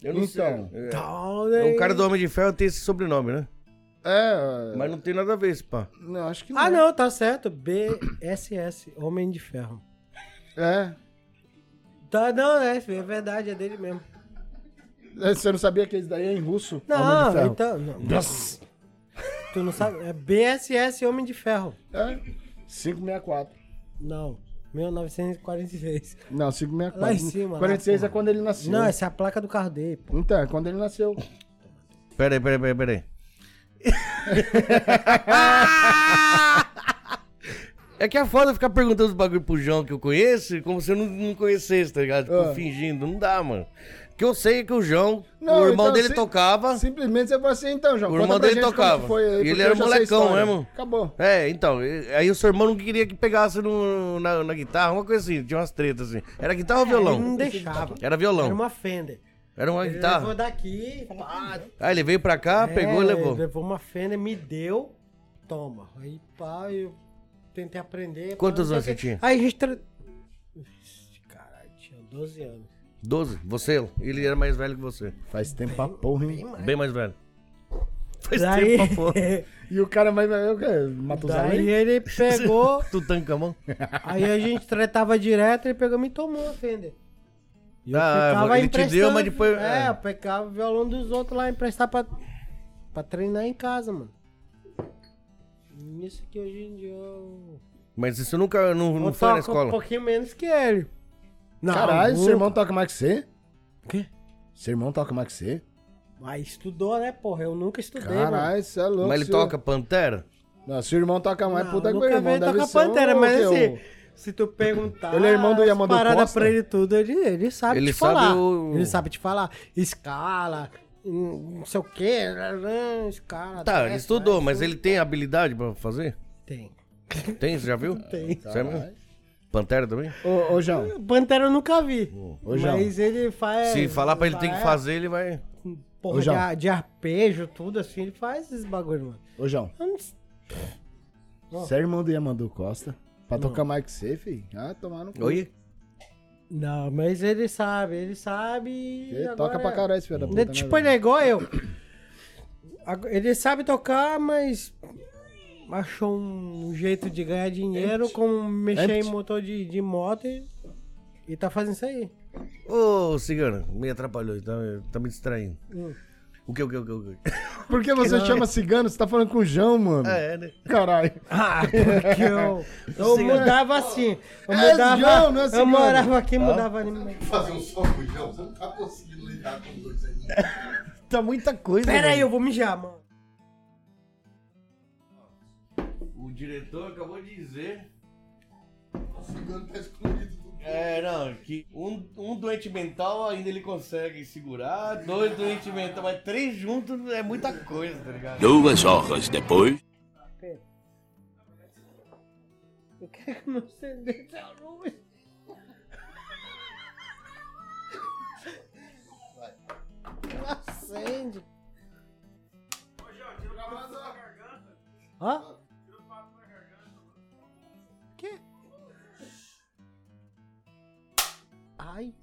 [SPEAKER 1] Eu não
[SPEAKER 2] Então.
[SPEAKER 1] sei.
[SPEAKER 3] Tá, um
[SPEAKER 1] É, o cara do Homem de Ferro tem esse sobrenome, né?
[SPEAKER 2] É.
[SPEAKER 1] Mas não tem nada a ver esse pá.
[SPEAKER 2] Não, acho que não.
[SPEAKER 3] Ah, não, tá certo. BSS, Homem de Ferro.
[SPEAKER 2] É.
[SPEAKER 3] Tá, não, é, é verdade, é dele mesmo.
[SPEAKER 2] Você não sabia que esse daí é em russo? Homem de
[SPEAKER 3] Não,
[SPEAKER 2] Ferro.
[SPEAKER 3] então. Não. Tu não sabe? É BSS Homem de Ferro.
[SPEAKER 2] É. 564.
[SPEAKER 3] Não. 1946.
[SPEAKER 2] Não, 564.
[SPEAKER 3] Lá em cima, lá,
[SPEAKER 2] 46 é
[SPEAKER 3] porra.
[SPEAKER 2] quando ele nasceu.
[SPEAKER 3] Não, essa é a placa do carro dele, pô.
[SPEAKER 2] Então, é quando ele nasceu.
[SPEAKER 1] Pera aí, pera aí, pera aí, pera aí. É que é foda ficar perguntando os bagulho pro João que eu conheço, como se eu não, não conhecesse, tá ligado? Tipo,
[SPEAKER 2] Ah.
[SPEAKER 1] fingindo. Não dá, mano. O que eu sei é que o João,
[SPEAKER 2] Não,
[SPEAKER 1] o irmão
[SPEAKER 2] então,
[SPEAKER 1] dele
[SPEAKER 2] sim-
[SPEAKER 1] tocava.
[SPEAKER 2] Simplesmente você fala assim, então, João,
[SPEAKER 1] O
[SPEAKER 2] conta
[SPEAKER 1] irmão
[SPEAKER 2] pra
[SPEAKER 1] dele
[SPEAKER 2] gente como
[SPEAKER 1] tocava.
[SPEAKER 2] que foi aí,
[SPEAKER 1] E ele
[SPEAKER 2] porque
[SPEAKER 1] era
[SPEAKER 2] eu já sei a
[SPEAKER 1] molecão
[SPEAKER 2] história.
[SPEAKER 1] mesmo.
[SPEAKER 2] Acabou.
[SPEAKER 1] É, então, e- aí o seu irmão não queria que pegasse no- na, na guitarra, uma coisa assim, tinha umas tretas assim. Era guitarra ou
[SPEAKER 3] É, Ele não
[SPEAKER 1] violão?
[SPEAKER 3] deixava.
[SPEAKER 1] Era
[SPEAKER 3] Era
[SPEAKER 1] violão.
[SPEAKER 3] uma Fender.
[SPEAKER 1] Era uma
[SPEAKER 3] Ele levou
[SPEAKER 1] guitarra.
[SPEAKER 3] daqui, pá.
[SPEAKER 1] Aí ele veio pra cá, pegou
[SPEAKER 3] É,
[SPEAKER 1] e levou.
[SPEAKER 3] Levou uma Fender, me deu. Toma. Aí, pá, eu tentei aprender.
[SPEAKER 1] Quantos
[SPEAKER 3] pá, não
[SPEAKER 1] anos
[SPEAKER 3] sei o
[SPEAKER 1] você
[SPEAKER 3] quê.
[SPEAKER 1] tinha?
[SPEAKER 3] Aí a gente. tra- Ixi, Caralho, tinha 12 anos.
[SPEAKER 1] 12? Você, ele era mais velho que você.
[SPEAKER 2] Faz tempo pra porra, hein?
[SPEAKER 1] Bem mais velho. Faz
[SPEAKER 3] Daí,
[SPEAKER 1] tempo, pô.
[SPEAKER 2] E o cara mais velho é o quê?
[SPEAKER 3] daí
[SPEAKER 2] Matusalém?
[SPEAKER 3] ele pegou,
[SPEAKER 1] Tutankamão.
[SPEAKER 3] aí a gente tretava direto, ele pegou e me tomou a Fender.
[SPEAKER 1] Ah, ele te deu, mas depois.
[SPEAKER 3] É, eu
[SPEAKER 1] É.
[SPEAKER 3] pegava o violão dos outros lá, emprestar pra, pra treinar em casa, mano. Isso que hoje em dia eu.
[SPEAKER 1] Mas isso nunca. Não, não
[SPEAKER 3] eu
[SPEAKER 1] foi na
[SPEAKER 3] toco um
[SPEAKER 1] escola.
[SPEAKER 3] pouquinho menos que ele. Não,
[SPEAKER 2] Caralho,
[SPEAKER 3] nunca.
[SPEAKER 2] seu irmão toca mais que você?
[SPEAKER 3] O quê?
[SPEAKER 2] Seu irmão toca mais que você?
[SPEAKER 3] Mas estudou, né, porra? Eu nunca estudei, mano.
[SPEAKER 2] Caralho, você é louco.
[SPEAKER 1] Mas ele
[SPEAKER 2] seu-
[SPEAKER 1] toca Pantera?
[SPEAKER 2] Não, seu irmão toca mais
[SPEAKER 3] Não,
[SPEAKER 2] puta que meu
[SPEAKER 3] nunca
[SPEAKER 2] irmão.
[SPEAKER 3] veio
[SPEAKER 2] deve
[SPEAKER 3] tocar
[SPEAKER 2] ser um-
[SPEAKER 3] pantera, mas
[SPEAKER 2] o quê?
[SPEAKER 3] assim, se tu perguntar
[SPEAKER 2] Ele é irmão do
[SPEAKER 3] as
[SPEAKER 2] Yamandu
[SPEAKER 3] parada
[SPEAKER 2] Costa?
[SPEAKER 3] pra ele tudo, ele, ele sabe
[SPEAKER 1] Ele
[SPEAKER 3] te
[SPEAKER 1] sabe
[SPEAKER 3] falar.
[SPEAKER 1] o-
[SPEAKER 3] Ele sabe te falar. Escala, hum, não sei o quê, rarã, escala.
[SPEAKER 1] Tá, ele
[SPEAKER 3] desce,
[SPEAKER 1] estudou,
[SPEAKER 3] vai,
[SPEAKER 1] mas
[SPEAKER 3] sobe.
[SPEAKER 1] ele tem habilidade pra fazer?
[SPEAKER 3] Tem.
[SPEAKER 1] Tem, você já viu? Tem.
[SPEAKER 2] Caralho.
[SPEAKER 1] Pantera também?
[SPEAKER 2] Ô, ô, João.
[SPEAKER 3] Pantera eu nunca vi.
[SPEAKER 2] Ô, João.
[SPEAKER 3] mas ele faz.
[SPEAKER 1] Se falar pra ele tem que
[SPEAKER 3] faz
[SPEAKER 1] fazer, ele vai.
[SPEAKER 3] Porra,
[SPEAKER 2] Ô,
[SPEAKER 3] de,
[SPEAKER 2] João.
[SPEAKER 3] ar- de arpejo, tudo assim, ele faz esses bagulho, mano.
[SPEAKER 2] Ô, João.
[SPEAKER 3] Eu não- Ah.
[SPEAKER 2] Você é irmão do Yamandu Costa? Pra tocar mais que você, filho? Ah, tomar no cu.
[SPEAKER 1] Oi?
[SPEAKER 3] Não, mas ele sabe, ele sabe. e
[SPEAKER 2] Ele
[SPEAKER 3] agora
[SPEAKER 2] toca pra
[SPEAKER 3] é-
[SPEAKER 2] caralho esse filho da puta.
[SPEAKER 3] Ele,
[SPEAKER 2] né,
[SPEAKER 3] tipo,
[SPEAKER 2] velho?
[SPEAKER 3] ele é igual eu. Ago- Ele sabe tocar, mas achou um jeito de ganhar dinheiro como mexer em
[SPEAKER 2] Empty.
[SPEAKER 3] motor de, de moto e, e tá fazendo isso aí.
[SPEAKER 1] Ô, cigano, me atrapalhou, tá, tá me distraindo.
[SPEAKER 3] Hum.
[SPEAKER 1] O que, o que, o que, o que?
[SPEAKER 2] Por que você chama
[SPEAKER 3] é.
[SPEAKER 2] cigano? Você tá falando com o João, mano.
[SPEAKER 1] É, né?
[SPEAKER 2] Caralho.
[SPEAKER 3] Ah, porque eu, eu mudava assim. Eu
[SPEAKER 2] É
[SPEAKER 3] mudava,
[SPEAKER 2] João, não é
[SPEAKER 3] eu
[SPEAKER 2] cigano.
[SPEAKER 3] morava aqui e mudava ali.
[SPEAKER 4] Fazer um só com o João, você não tá conseguindo lidar com dois né? ainda.
[SPEAKER 2] Tá muita coisa,
[SPEAKER 3] Pera aí,
[SPEAKER 2] velho.
[SPEAKER 3] eu vou mijar, mano.
[SPEAKER 1] O diretor acabou de dizer.
[SPEAKER 4] O cigano tá escondido do
[SPEAKER 1] É, não, que um, um doente mental ainda ele consegue segurar, dois doentes mental, mas três juntos é muita coisa, tá ligado?
[SPEAKER 6] Duas horas depois.
[SPEAKER 3] Eu quero que meu CD tá luz. Não acende. Ô, João, tira o papo da garganta. Hã? Tira o papo da garganta, mano. Que? Ai.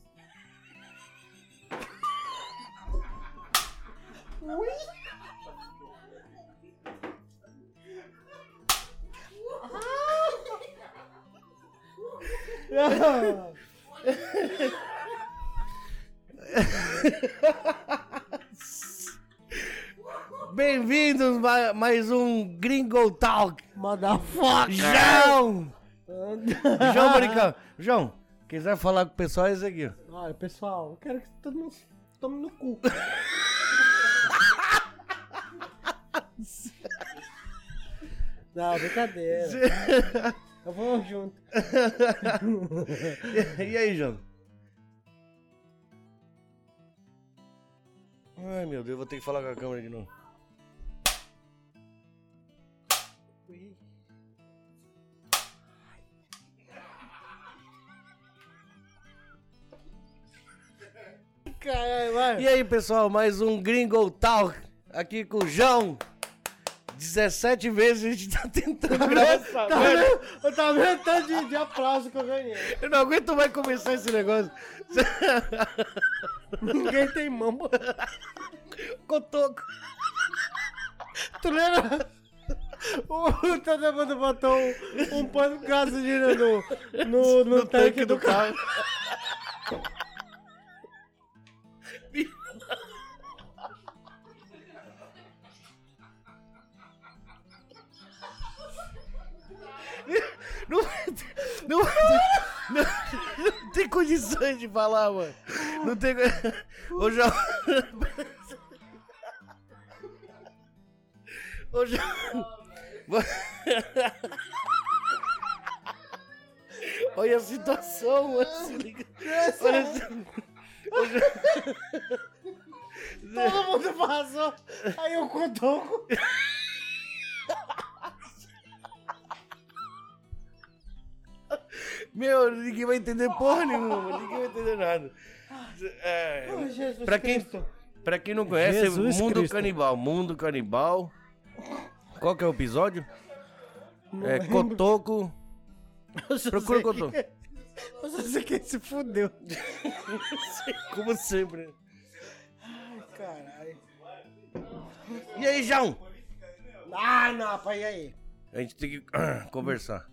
[SPEAKER 1] Bem-vindos a mais um Gringo Talk.
[SPEAKER 3] Motherfucker.
[SPEAKER 1] João! João Maricão. João, quiser falar com o pessoal é esse aqui. ó.
[SPEAKER 3] Olha, pessoal, eu quero que todo mundo se tome no cu. Não, brincadeira. Eu vou junto.
[SPEAKER 1] E aí, João? Ai, meu Deus, vou ter que falar com a câmera de novo.
[SPEAKER 3] Caralho, vai.
[SPEAKER 1] E aí, pessoal, mais um Gringo Talk aqui com o João. 17 vezes a gente tá tentando gravar.
[SPEAKER 3] Tá vendo? Eu tava vendo o tanto de, de aplauso que eu ganhei.
[SPEAKER 1] Eu não aguento mais começar esse negócio.
[SPEAKER 3] Ninguém tem mão.
[SPEAKER 1] Cotoco.
[SPEAKER 3] Tu lembra? O, todo mundo botou um, um pano de gasolina no, no, no, tanque, do carro.
[SPEAKER 1] Não, vai ter- não, vai ter- não, não tem condições de falar, mano. Não tem. co- Ô, João. Ô, João. Vo- Olha a situação, mano. Se liga. Olha a si-
[SPEAKER 3] Todo mundo vazou. Aí o cotoco.
[SPEAKER 1] Meu, ninguém vai entender porra nenhuma. Ninguém vai entender nada. É,
[SPEAKER 3] Ai, Jesus
[SPEAKER 1] Pra quem-
[SPEAKER 3] Cristo.
[SPEAKER 1] Pra quem não conhece,
[SPEAKER 3] Jesus
[SPEAKER 1] Mundo
[SPEAKER 3] Cristo.
[SPEAKER 1] Canibal. Mundo Canibal. Qual que é o episódio? É, Cotoco.
[SPEAKER 3] Eu só
[SPEAKER 1] Procura
[SPEAKER 3] sei
[SPEAKER 1] o Cotô.
[SPEAKER 3] que- Eu só sei que ele se fudeu.
[SPEAKER 1] Como sempre.
[SPEAKER 3] Caralho.
[SPEAKER 1] E aí, João?
[SPEAKER 3] Ah, não, pai, e aí?
[SPEAKER 1] A gente tem que ah, conversar.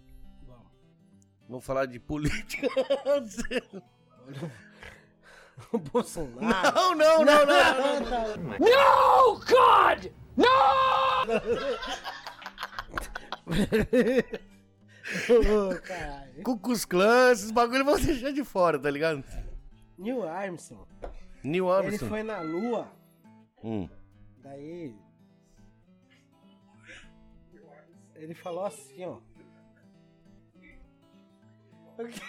[SPEAKER 1] Vamos falar de política.
[SPEAKER 3] O Bolsonaro.
[SPEAKER 1] Não, não, não, não.
[SPEAKER 3] Ô, caralho.
[SPEAKER 1] Cucus Clã, esses bagulho vão deixar de fora, tá ligado?
[SPEAKER 3] Neil Armstrong.
[SPEAKER 1] Neil
[SPEAKER 3] Ele
[SPEAKER 1] Armstrong.
[SPEAKER 3] foi na lua.
[SPEAKER 1] Hum.
[SPEAKER 3] Daí. Ele falou assim, ó. O quê?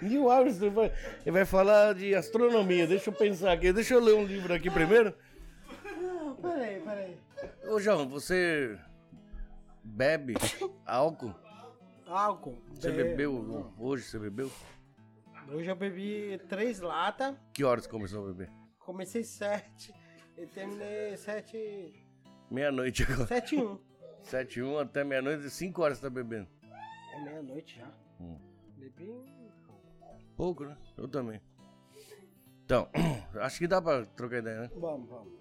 [SPEAKER 1] Neil Armstrong vai, ele vai falar de astronomia. Deixa eu pensar aqui. Deixa eu ler um livro aqui primeiro.
[SPEAKER 3] Não, peraí, peraí.
[SPEAKER 1] Ô, João, você bebe álcool?
[SPEAKER 3] Álcool.
[SPEAKER 1] Você
[SPEAKER 3] Be-
[SPEAKER 1] bebeu hoje? Você bebeu?
[SPEAKER 3] Hoje eu bebi três latas.
[SPEAKER 1] Que horas começou a beber?
[SPEAKER 3] Comecei sete. E terminei sete.
[SPEAKER 1] Meia-noite agora.
[SPEAKER 3] Sete e um.
[SPEAKER 1] Sete e um até meia-noite, cinco horas você tá bebendo.
[SPEAKER 3] É meia-noite já.
[SPEAKER 1] Hum.
[SPEAKER 3] Bebi.
[SPEAKER 1] Pouco, né? Eu também. Então, acho que dá pra trocar ideia, né?
[SPEAKER 3] Vamos, vamos.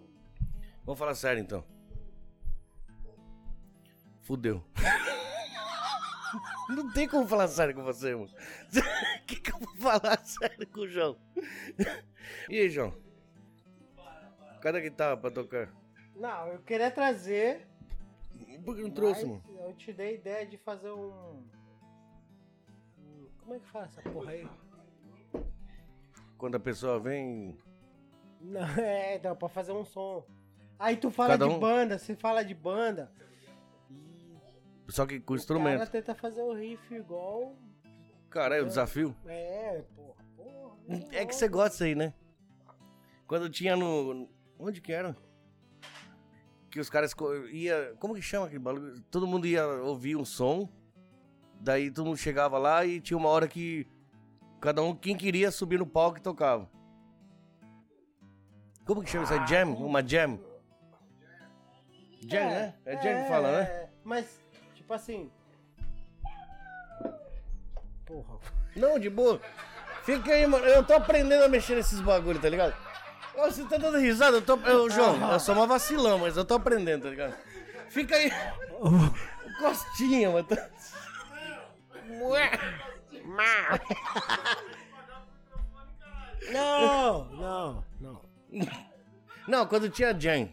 [SPEAKER 1] Vamos falar sério então. Fudeu. Não tem como falar sério com você, mano. O que, que eu vou falar sério com o João? E aí, João? Cadê a guitarra pra tocar?
[SPEAKER 3] Não, eu queria trazer.
[SPEAKER 1] Por que não trouxe,
[SPEAKER 3] mas
[SPEAKER 1] mano?
[SPEAKER 3] Eu te dei ideia de fazer um. um- Como é que fala essa porra aí?
[SPEAKER 1] Quando a pessoa vem.
[SPEAKER 3] Não, é, dá pra fazer um som. Aí tu fala
[SPEAKER 1] Cada
[SPEAKER 3] de
[SPEAKER 1] um-
[SPEAKER 3] banda, você fala de banda. E
[SPEAKER 1] Só que com
[SPEAKER 3] o cara
[SPEAKER 1] instrumento.
[SPEAKER 3] tenta fazer o riff igual.
[SPEAKER 1] Caralho, o desafio.
[SPEAKER 3] É, porra, porra.
[SPEAKER 1] É que você gosta aí, né? Quando tinha no. Onde que era? Que os caras co- ia. Como que chama aquele bagulho? Todo mundo ia ouvir um som. Daí todo mundo chegava lá e tinha uma hora que. Cada um, quem queria subir no palco e tocava. Como que chama isso? É jam? Uma jam? Jam, né? É jam que fala, né?
[SPEAKER 3] é. Mas, tipo assim. Porra.
[SPEAKER 1] Não, de boa. Fica aí, mano. Eu tô aprendendo a mexer nesses bagulho, tá ligado? Ô, Você tá dando risada? Eu tô. Eu, João, eu sou uma vacilão, mas eu tô aprendendo, tá ligado? Fica aí. Costinha, mano. Tá-
[SPEAKER 3] Não, não, não.
[SPEAKER 1] Não, quando tinha Jam.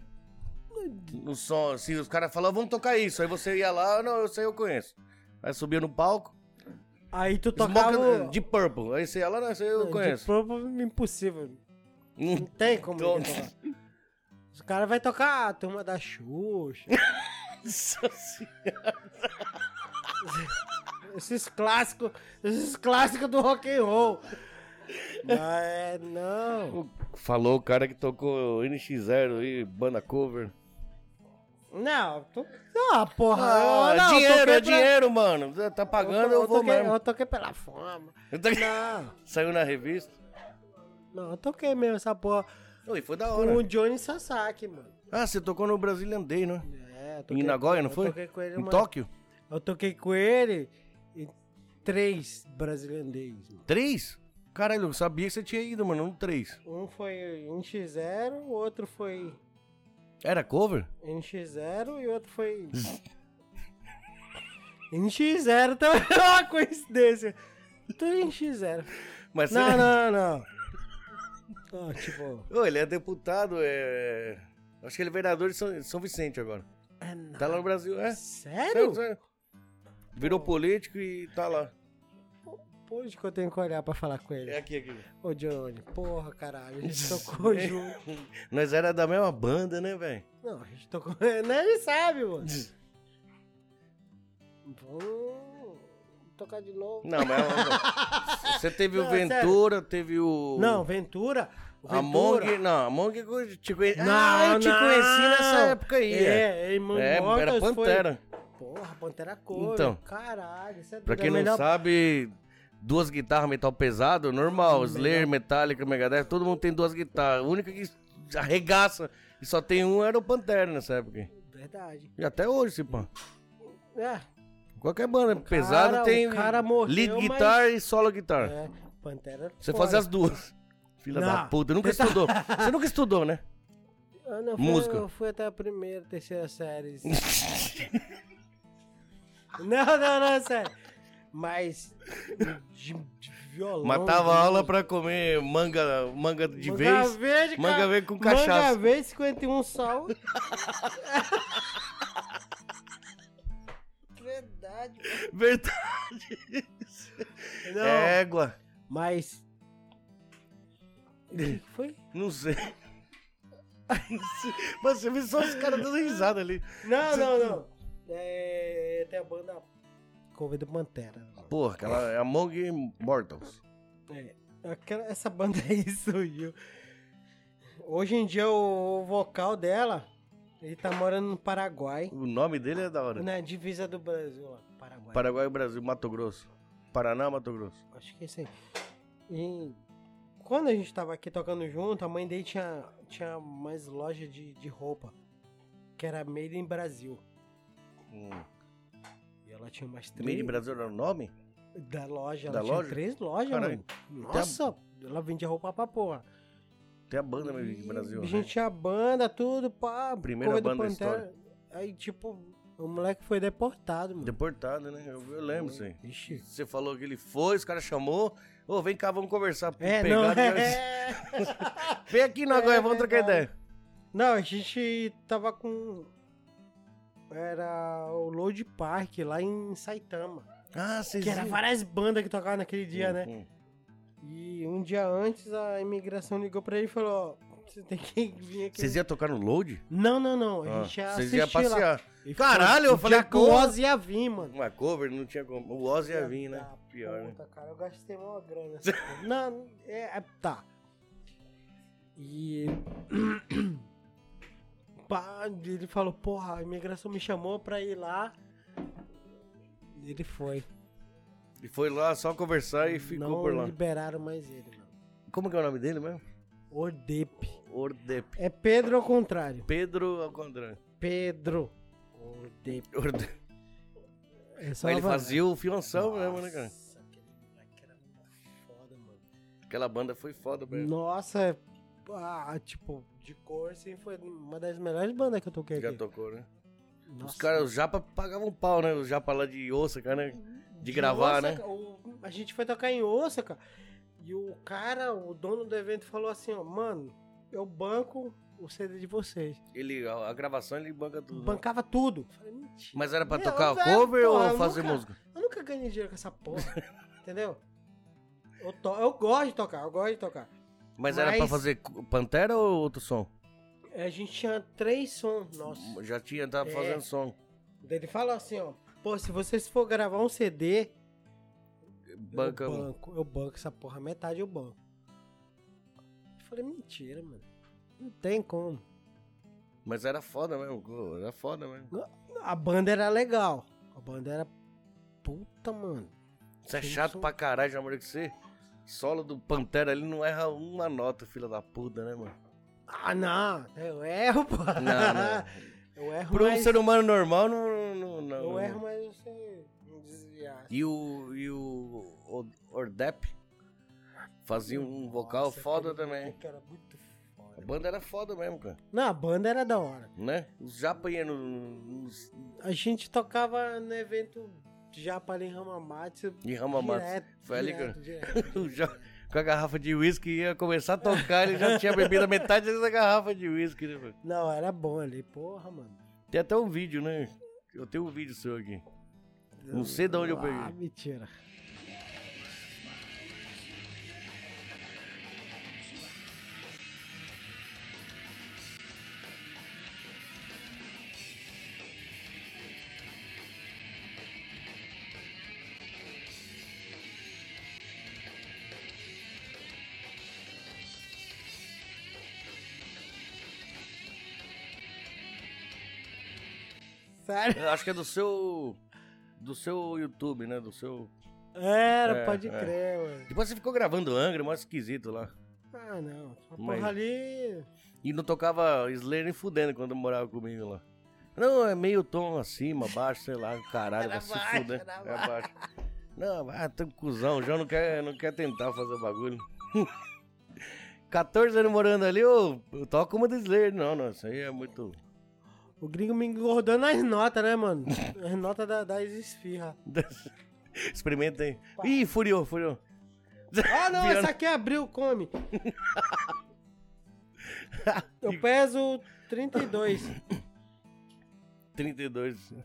[SPEAKER 1] No som, assim, os caras falavam, vamos tocar isso. Aí você ia lá, não, eu sei, eu conheço. Aí subia no palco,
[SPEAKER 3] Aí tu
[SPEAKER 1] tocava...
[SPEAKER 3] tocava. É,
[SPEAKER 1] Smoke de Purple. Aí você ia lá, não, isso aí eu
[SPEAKER 3] De
[SPEAKER 1] conheço.
[SPEAKER 3] Purple, impossível. Não
[SPEAKER 1] Hum,
[SPEAKER 3] tem como
[SPEAKER 1] Tô-
[SPEAKER 3] ninguém tocar. Os caras vão tocar a turma da Xuxa.
[SPEAKER 1] Nossa Senhora.
[SPEAKER 3] esses clássicos. Esses clássicos do rock and roll. Mas não.
[SPEAKER 1] Falou o cara que tocou NX0 e banda cover.
[SPEAKER 3] Não, tu. Ah, porra.
[SPEAKER 1] Ah,
[SPEAKER 3] eu- não, eu
[SPEAKER 1] dinheiro,
[SPEAKER 3] toquei
[SPEAKER 1] é
[SPEAKER 3] pra-
[SPEAKER 1] dinheiro, mano. Tá- Tá pagando, eu,
[SPEAKER 3] eu
[SPEAKER 1] vou
[SPEAKER 3] toquei,
[SPEAKER 1] mesmo.
[SPEAKER 3] Eu toquei pela fama.
[SPEAKER 1] Eu toquei-
[SPEAKER 3] Não,
[SPEAKER 1] Saiu na revista.
[SPEAKER 3] não, eu toquei mesmo essa porra.
[SPEAKER 1] Ui, foi da
[SPEAKER 3] Com
[SPEAKER 1] hora.
[SPEAKER 3] o Johnny Sasaki, mano.
[SPEAKER 1] Ah, você tocou no Brazilian Day, né?
[SPEAKER 3] É, eu
[SPEAKER 1] Em Nagoya, não
[SPEAKER 3] eu
[SPEAKER 1] foi? Um
[SPEAKER 3] toquei com ele
[SPEAKER 1] em
[SPEAKER 3] uma-
[SPEAKER 1] Tóquio?
[SPEAKER 3] Eu toquei com ele e três brasileiros. mano.
[SPEAKER 1] Três? Caralho, eu sabia que você tinha ido, mano, no três.
[SPEAKER 3] Um foi NX0, o outro foi
[SPEAKER 1] Era cover?
[SPEAKER 3] NX0 e o outro foi. NX0 também é uma coincidência. Tudo NX0.
[SPEAKER 1] Mas você-
[SPEAKER 3] Não, não, não. Não, tipo.
[SPEAKER 1] Ô, ele é deputado, é. Acho que ele é vereador de São, São Vicente agora.
[SPEAKER 3] é na-
[SPEAKER 1] Tá lá no Brasil, é?
[SPEAKER 3] Sério?
[SPEAKER 1] Sério, sério. Virou político e tá lá.
[SPEAKER 3] Pô, de que eu tenho que olhar pra falar com ele.
[SPEAKER 1] É aqui, aqui.
[SPEAKER 3] Ô, Johnny, porra, caralho, a gente tocou junto.
[SPEAKER 1] Nós era da mesma banda, né, velho?
[SPEAKER 3] Não, a gente tocou. Não, ele sabe, mano. Vamos tocar de novo.
[SPEAKER 1] Não, mas. Você teve o
[SPEAKER 3] Não, é sério.
[SPEAKER 1] Ventura, teve o.
[SPEAKER 3] Não, Ventura. o
[SPEAKER 1] A
[SPEAKER 3] Ventura.
[SPEAKER 1] Mong, não, a Mong eu te conheci.
[SPEAKER 3] Não,
[SPEAKER 1] Ah, eu te
[SPEAKER 3] não.
[SPEAKER 1] conheci nessa época aí. É,
[SPEAKER 3] É, é, irmão.
[SPEAKER 1] é era Pantera.
[SPEAKER 3] Porra, Pantera Cor.
[SPEAKER 1] Então.
[SPEAKER 3] Caralho, isso é
[SPEAKER 1] Pra
[SPEAKER 3] doido,
[SPEAKER 1] quem
[SPEAKER 3] é
[SPEAKER 1] não
[SPEAKER 3] melhor-
[SPEAKER 1] sabe, duas guitarras metal pesado, normal. Slayer, Metallica, Megadeth, todo mundo tem duas guitarras. A única que arregaça e só tem um era o Pantera nessa época.
[SPEAKER 3] Verdade.
[SPEAKER 1] E até hoje, se pá.
[SPEAKER 3] É,
[SPEAKER 1] Qualquer banda pesada
[SPEAKER 3] cara-
[SPEAKER 1] tem
[SPEAKER 3] o cara morreu,
[SPEAKER 1] lead
[SPEAKER 3] mas-
[SPEAKER 1] guitar e solo guitar.
[SPEAKER 3] é. Pantera.
[SPEAKER 1] Você
[SPEAKER 3] fora.
[SPEAKER 1] faz as duas. Filha
[SPEAKER 3] Não. tá-
[SPEAKER 1] da puta, nunca estudou. Você nunca estudou, né?
[SPEAKER 3] Ah, não, fui-
[SPEAKER 1] música.
[SPEAKER 3] Eu fui até a primeira, terceira série. não, não, não, é sério. Mas. De, de violão.
[SPEAKER 1] Matava
[SPEAKER 3] de-
[SPEAKER 1] aula pra comer manga, manga de
[SPEAKER 3] Manga
[SPEAKER 1] vez.
[SPEAKER 3] verde,
[SPEAKER 1] manga
[SPEAKER 3] ca-
[SPEAKER 1] verde com cachaça.
[SPEAKER 3] Manga verde, 51 sal. Verdade.
[SPEAKER 1] Verdade.
[SPEAKER 3] Não,
[SPEAKER 1] Égua.
[SPEAKER 3] mas. O que que foi?
[SPEAKER 1] Não sei. Não sei. Mas você viu só os caras dando risada ali.
[SPEAKER 3] Não, não, não. É, tem a banda Cover do Pantera.
[SPEAKER 1] Porra, aquela é Among Mortals.
[SPEAKER 3] É, aquela- essa banda aí surgiu. Hoje em dia o vocal dela, ele tá morando no Paraguai,
[SPEAKER 1] O nome dele é da hora.
[SPEAKER 3] na divisa do Brasil lá, Paraguai.
[SPEAKER 1] Paraguai, Brasil, Mato Grosso. Paraná, Mato Grosso.
[SPEAKER 3] Acho que é isso aí. E quando a gente tava aqui tocando junto, a mãe dele tinha, tinha mais loja de, de roupa, que era Made in Brasil.
[SPEAKER 1] Hum.
[SPEAKER 3] E ela tinha mais três.
[SPEAKER 1] Made in Brasil era o nome?
[SPEAKER 3] Da loja,
[SPEAKER 1] Da
[SPEAKER 3] ela tinha
[SPEAKER 1] loja?
[SPEAKER 3] três lojas,
[SPEAKER 1] Caralho. Tá
[SPEAKER 3] mano. Nossa, ela vendia roupa pra porra.
[SPEAKER 1] Tem a banda Made in Brasil.
[SPEAKER 3] A
[SPEAKER 1] né?
[SPEAKER 3] gente tinha banda, tudo, pá.
[SPEAKER 1] Primeira
[SPEAKER 3] Corrida
[SPEAKER 1] banda da
[SPEAKER 3] Aí, tipo, o moleque foi deportado, mano.
[SPEAKER 1] Deportado, né? Eu, eu lembro isso aí.
[SPEAKER 3] Ixi.
[SPEAKER 1] Você falou que ele foi, os caras chamou. Ô, vem cá, vamos conversar.
[SPEAKER 3] É, não,
[SPEAKER 1] Pegaram e-
[SPEAKER 3] é...
[SPEAKER 1] né? Vem aqui na Goiás, vamos trocar
[SPEAKER 3] verdade.
[SPEAKER 1] ideia.
[SPEAKER 3] Não, a gente tava com... Era o Load Park, lá em Saitama.
[SPEAKER 1] Ah, vocês...
[SPEAKER 3] Que era várias bandas que tocavam naquele dia, né?
[SPEAKER 1] Hum,
[SPEAKER 3] E um dia antes, a imigração ligou pra ele e falou, ó, você tem que vir aqui.
[SPEAKER 1] Vocês iam tocar no load?
[SPEAKER 3] Não, não, não. A
[SPEAKER 1] Ah,
[SPEAKER 3] gente ia
[SPEAKER 1] Vocês
[SPEAKER 3] assistir
[SPEAKER 1] iam
[SPEAKER 3] lá.
[SPEAKER 1] passear.
[SPEAKER 3] E
[SPEAKER 1] Caralho, eu
[SPEAKER 3] o dia
[SPEAKER 1] falei,
[SPEAKER 3] que o
[SPEAKER 1] porra.
[SPEAKER 3] Ozzy ia vir, mano.
[SPEAKER 1] Uma cover, não tinha como. O Ozzy ia vir, né?
[SPEAKER 3] Da
[SPEAKER 1] Pior, né?
[SPEAKER 3] Ah, puta, cara, eu gastei uma grana. nessa porra. não, é, é- tá. E. Pá, ele falou, porra, a imigração me chamou pra ir lá. Ele foi.
[SPEAKER 1] E foi lá só conversar e ficou
[SPEAKER 3] não
[SPEAKER 1] por lá.
[SPEAKER 3] liberaram mais ele, mano.
[SPEAKER 1] Como que é o nome dele mesmo?
[SPEAKER 3] Ordep.
[SPEAKER 1] Ordep.
[SPEAKER 3] É Pedro ao contrário.
[SPEAKER 1] Pedro Alcondran.
[SPEAKER 3] Pedro. Ordep.
[SPEAKER 1] Orde...
[SPEAKER 3] É só
[SPEAKER 1] Mas ele
[SPEAKER 3] uma-
[SPEAKER 1] fazia o fianção mesmo, né, cara?
[SPEAKER 3] Nossa, aquele moleque era muito foda, mano.
[SPEAKER 1] Aquela banda foi foda, velho.
[SPEAKER 3] Nossa, é, ah, tipo, de cor, assim, foi uma das melhores bandas que eu toquei
[SPEAKER 1] Já
[SPEAKER 3] aqui.
[SPEAKER 1] tocou, né? Os
[SPEAKER 3] Nossa.
[SPEAKER 1] caras, os japa pagavam um pau, né? Os japa lá de ossa, cara, né? De gravar, né?
[SPEAKER 3] Osaka, o- a gente foi tocar em Osaka e o cara, o dono do evento, falou assim, ó, mano, eu banco o CD de vocês.
[SPEAKER 1] Ele, a, a gravação ele banca tudo. né?
[SPEAKER 3] Bancava tudo. Eu Falei, mentira.
[SPEAKER 1] Mas era pra
[SPEAKER 3] Meu,
[SPEAKER 1] tocar
[SPEAKER 3] velho,
[SPEAKER 1] cover
[SPEAKER 3] porra,
[SPEAKER 1] ou
[SPEAKER 3] eu
[SPEAKER 1] fazer
[SPEAKER 3] nunca-
[SPEAKER 1] música?
[SPEAKER 3] Eu nunca ganhei dinheiro com essa porra, entendeu? Eu, to- eu gosto de tocar, eu gosto de tocar.
[SPEAKER 1] Mas, era pra
[SPEAKER 3] Mas-
[SPEAKER 1] fazer cu- Pantera ou outro som?
[SPEAKER 3] A gente tinha três sons nossos.
[SPEAKER 1] Já tinha, tava
[SPEAKER 3] É.
[SPEAKER 1] fazendo som.
[SPEAKER 3] Daí Ele falou assim, ó. Pô, se vocês for gravar um CD,
[SPEAKER 1] Banca. um.
[SPEAKER 3] Eu É banco, eu banco essa porra, metade eu banco. Eu falei, mentira, mano. Não tem como.
[SPEAKER 1] Mas era foda mesmo, era foda mesmo.
[SPEAKER 3] A banda era legal. A banda era. Puta, mano.
[SPEAKER 1] Você é
[SPEAKER 3] Sim,
[SPEAKER 1] chato
[SPEAKER 3] sim.
[SPEAKER 1] pra caralho, já amor que você. Solo do Pantera ali não erra uma nota, filha da puta, né, mano?
[SPEAKER 3] Ah, não. Eu erro, pô.
[SPEAKER 1] Não, não.
[SPEAKER 3] Eu erro,
[SPEAKER 1] Pra um
[SPEAKER 3] mas.
[SPEAKER 1] ser humano normal, não. não, não-
[SPEAKER 3] Eu
[SPEAKER 1] não.
[SPEAKER 3] erro, mas eu sei me desviar.
[SPEAKER 1] E o. E o. o- Ordep fazia um vocal
[SPEAKER 3] Nossa, é
[SPEAKER 1] foda
[SPEAKER 3] aquele
[SPEAKER 1] também.
[SPEAKER 3] moleque era muito
[SPEAKER 1] A
[SPEAKER 3] foda.
[SPEAKER 1] banda era foda mesmo, cara.
[SPEAKER 3] Não, a banda era da hora.
[SPEAKER 1] Né? Os japa iam no- nos.
[SPEAKER 3] A gente tocava no evento Japa ali em Ramamatsu.
[SPEAKER 1] em Ramamatsu.
[SPEAKER 3] direto,
[SPEAKER 1] Foi ali
[SPEAKER 3] direto,
[SPEAKER 1] que.
[SPEAKER 3] direto.
[SPEAKER 1] o Ja- Com a garrafa de uísque ia começar a tocar, ele já tinha bebido a metade da garrafa de uísque, né, mano?
[SPEAKER 3] Não, era bom ali, porra, mano.
[SPEAKER 1] Tem até um vídeo, né? Eu tenho um vídeo seu aqui. Não sei de onde eu
[SPEAKER 3] Ah,
[SPEAKER 1] peguei.
[SPEAKER 3] mentira. Sério?
[SPEAKER 1] Eu Acho que é do seu. Do seu YouTube, né? Do seu.
[SPEAKER 3] Era,
[SPEAKER 1] É,
[SPEAKER 3] pode
[SPEAKER 1] é.
[SPEAKER 3] crer, mano.
[SPEAKER 1] Depois você ficou gravando Angra, mó esquisito lá.
[SPEAKER 3] Ah, não. Uma
[SPEAKER 1] Mas-
[SPEAKER 3] porra ali.
[SPEAKER 1] E não tocava Slayer nem fudendo quando morava comigo lá. Não, é meio tom acima, baixo, sei lá, um caralho, vai se fuder. É baixo. Não, ah, tô com cuzão, o João não quer, não quer tentar fazer o bagulho. 14 anos morando ali, eu, eu toco uma do Slayer. Não, não, isso aí é muito...
[SPEAKER 3] O gringo me engordou nas notas, né, mano? As notas da, das esfirras.
[SPEAKER 1] Experimenta aí. Ih, furiou, furiou.
[SPEAKER 3] Ah, não,
[SPEAKER 1] Piano.
[SPEAKER 3] essa aqui abriu, come. Eu peso 32.
[SPEAKER 1] 32. Não.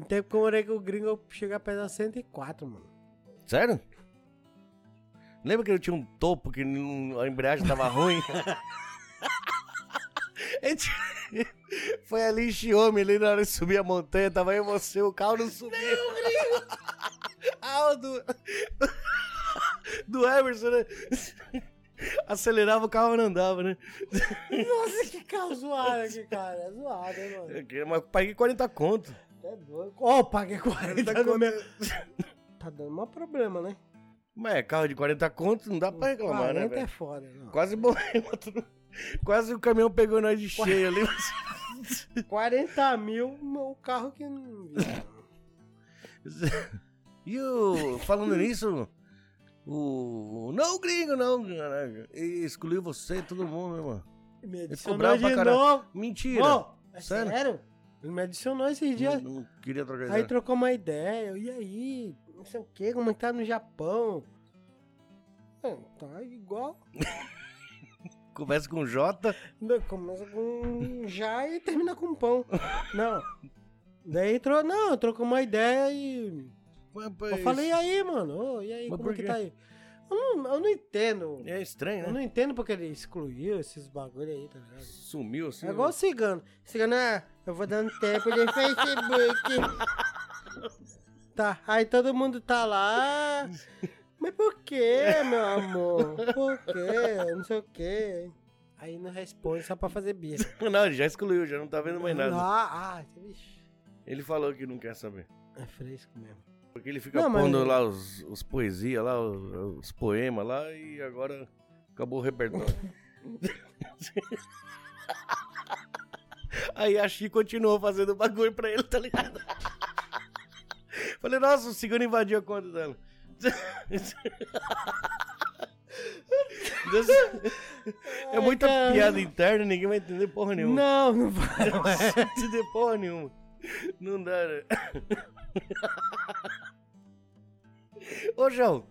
[SPEAKER 3] No tempo que eu morei com o gringo, eu cheguei a pesar 104, mano.
[SPEAKER 1] Sério? Lembra que eu tinha um topo que não- a embreagem tava ruim? A gente Foi ali em Xiome, ali na hora de subir a montanha, tava eu e você, o carro não subiu. ah, o do... do Emerson, né? Acelerava, o carro não andava, né?
[SPEAKER 3] Nossa, que carro zoado aqui, cara. É zoado, hein, mano.
[SPEAKER 1] Mas paguei 40 conto.
[SPEAKER 3] Até doido. Ó, eu paguei
[SPEAKER 1] Tá
[SPEAKER 3] 40
[SPEAKER 1] com-
[SPEAKER 3] conto. Tá dando maior problema, né?
[SPEAKER 1] Mas é carro de 40 conto, não dá pra reclamar, né?
[SPEAKER 3] 40
[SPEAKER 1] velho?
[SPEAKER 3] é foda, não.
[SPEAKER 1] Quase morremos. tudo- Quase o caminhão pegou nós de cheio ali. mas-
[SPEAKER 3] 40 mil, o carro que não...
[SPEAKER 1] E o, falando nisso, o, o- Não, gringo, não. caralho. E Excluiu você e todo mundo, meu irmão.
[SPEAKER 3] Me
[SPEAKER 1] cobrava
[SPEAKER 3] adicionou
[SPEAKER 1] pra
[SPEAKER 3] de
[SPEAKER 1] caralho.
[SPEAKER 3] novo.
[SPEAKER 1] Mentira.
[SPEAKER 3] Ó, é
[SPEAKER 1] Sério?
[SPEAKER 3] sério? Ele me adicionou esses dias.
[SPEAKER 1] não, não queria trocar
[SPEAKER 3] Aí
[SPEAKER 1] ideia.
[SPEAKER 3] trocou uma ideia. eu, E aí? Não sei o que, como é que tá no Japão? É, tá igual.
[SPEAKER 1] Conversa com o Jota.
[SPEAKER 3] Não, Começa com já e termina com pão. Não. Daí tro... não, trocou uma ideia e. Eu falei, e aí, mano? Ô, e aí,
[SPEAKER 1] Mas
[SPEAKER 3] como
[SPEAKER 1] por
[SPEAKER 3] é que
[SPEAKER 1] quê?
[SPEAKER 3] tá aí? Eu não, eu não entendo.
[SPEAKER 1] É estranho,
[SPEAKER 3] Eu
[SPEAKER 1] né?
[SPEAKER 3] não entendo porque ele excluiu esses bagulho aí, tá ligado?
[SPEAKER 1] Sumiu assim.
[SPEAKER 3] É igual o cigano. Cigano, ah, eu vou dando tempo de Facebook. tá, aí todo mundo tá lá. Mas por que, meu amor? Por que? Não sei o que. Aí não responde só pra fazer birra.
[SPEAKER 1] Não, ele já excluiu, já não tá vendo mais nada.
[SPEAKER 3] Ah, ah, vixe.
[SPEAKER 1] Ele falou que não quer saber.
[SPEAKER 3] É fresco mesmo.
[SPEAKER 1] Porque ele fica
[SPEAKER 3] Não, mas-
[SPEAKER 1] pondo lá os, os poesias, lá, os, os poemas lá, e agora acabou o repertório. Aí a Chi continuou fazendo bagulho pra ele, tá ligado? Falei, nossa, o cigano invadiu a conta dela. é muita
[SPEAKER 3] Ai, cara.
[SPEAKER 1] piada interna, ninguém vai entender porra nenhuma.
[SPEAKER 3] Não, não vai.
[SPEAKER 1] Não é entender porra nenhuma. Não dá, né? Ô, João.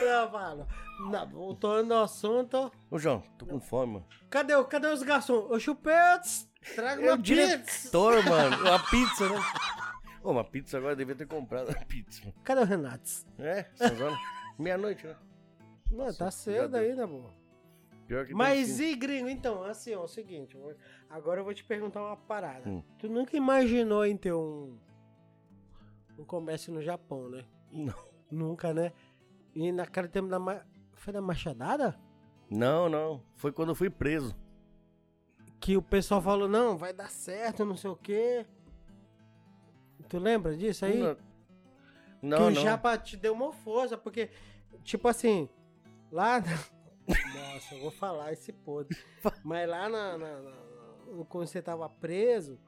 [SPEAKER 3] Não, mano. Não, voltando ao assunto.
[SPEAKER 1] Ô, João, tô com fome, mano.
[SPEAKER 3] Cadê, o- cadê os garçons? Ô, chupetes! Traga
[SPEAKER 1] É
[SPEAKER 3] uma
[SPEAKER 1] o
[SPEAKER 3] pizza!
[SPEAKER 1] diretor, mano. Uma pizza, né? Ô, uma pizza agora devia ter comprado uma pizza. mano.
[SPEAKER 3] Cadê o Renatos?
[SPEAKER 1] É, Sazona. Meia-noite, né?
[SPEAKER 3] Não, tá cedo
[SPEAKER 1] deu.
[SPEAKER 3] ainda, pô.
[SPEAKER 1] Pior que um
[SPEAKER 3] Mas
[SPEAKER 1] tem
[SPEAKER 3] e gringo, então, assim, ó, é o seguinte, eu vou- agora eu vou te perguntar uma parada.
[SPEAKER 1] Hum.
[SPEAKER 3] Tu nunca imaginou em ter um um comércio no Japão, né?
[SPEAKER 1] sim. Não.
[SPEAKER 3] Nunca, né? E naquele tempo da ma... foi da machadada
[SPEAKER 1] Não, não. Foi quando eu fui preso.
[SPEAKER 3] que o pessoal falou: "Não, vai dar certo, não sei o quê". Tu lembra disso aí?
[SPEAKER 1] Não,
[SPEAKER 3] que
[SPEAKER 1] não.
[SPEAKER 3] o
[SPEAKER 1] não.
[SPEAKER 3] Japa te deu uma força, porque, tipo assim, lá. Nossa, eu vou falar esse podre. Mas lá na, na- na- quando você tava preso,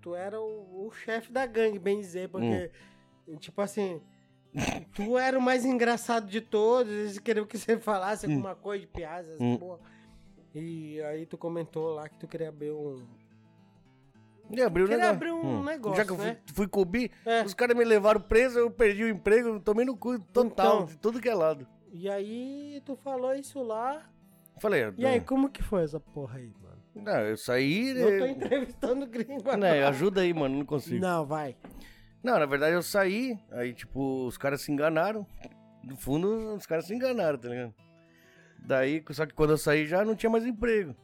[SPEAKER 3] tu era o, o chefe da gangue, bem dizer, porque,
[SPEAKER 1] Hum.
[SPEAKER 3] tipo assim. Tu era o mais engraçado de todos, eles queriam que você falasse alguma coisa de piada, essas
[SPEAKER 1] Hum.
[SPEAKER 3] porra. E aí tu comentou lá que tu queria abrir um.
[SPEAKER 1] Ele abriu um
[SPEAKER 3] Queria
[SPEAKER 1] negócio.
[SPEAKER 3] abrir um negócio,
[SPEAKER 1] Já que eu fui,
[SPEAKER 3] né?
[SPEAKER 1] fui cobrir,
[SPEAKER 3] É.
[SPEAKER 1] os caras me levaram preso, eu perdi o emprego, eu tomei no cu total,
[SPEAKER 3] Então.
[SPEAKER 1] de tudo que é lado.
[SPEAKER 3] E aí tu falou isso lá.
[SPEAKER 1] Falei, ah,
[SPEAKER 3] E aí, como que foi essa porra aí, mano?
[SPEAKER 1] não, eu saí...
[SPEAKER 3] Eu tô
[SPEAKER 1] eh,
[SPEAKER 3] entrevistando gringo agora.
[SPEAKER 1] Né, ajuda aí, mano, não consigo. Não.
[SPEAKER 3] É. Não, vai.
[SPEAKER 1] na verdade eu saí, aí tipo, os caras se enganaram. No fundo, os caras se enganaram, tá ligado? Daí, só que quando eu saí já não tinha mais emprego.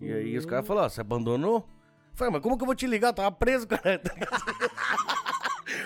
[SPEAKER 1] E aí os caras falaram, ó, você abandonou? Eu Falei, mas como que eu vou te ligar? Eu tava preso, cara.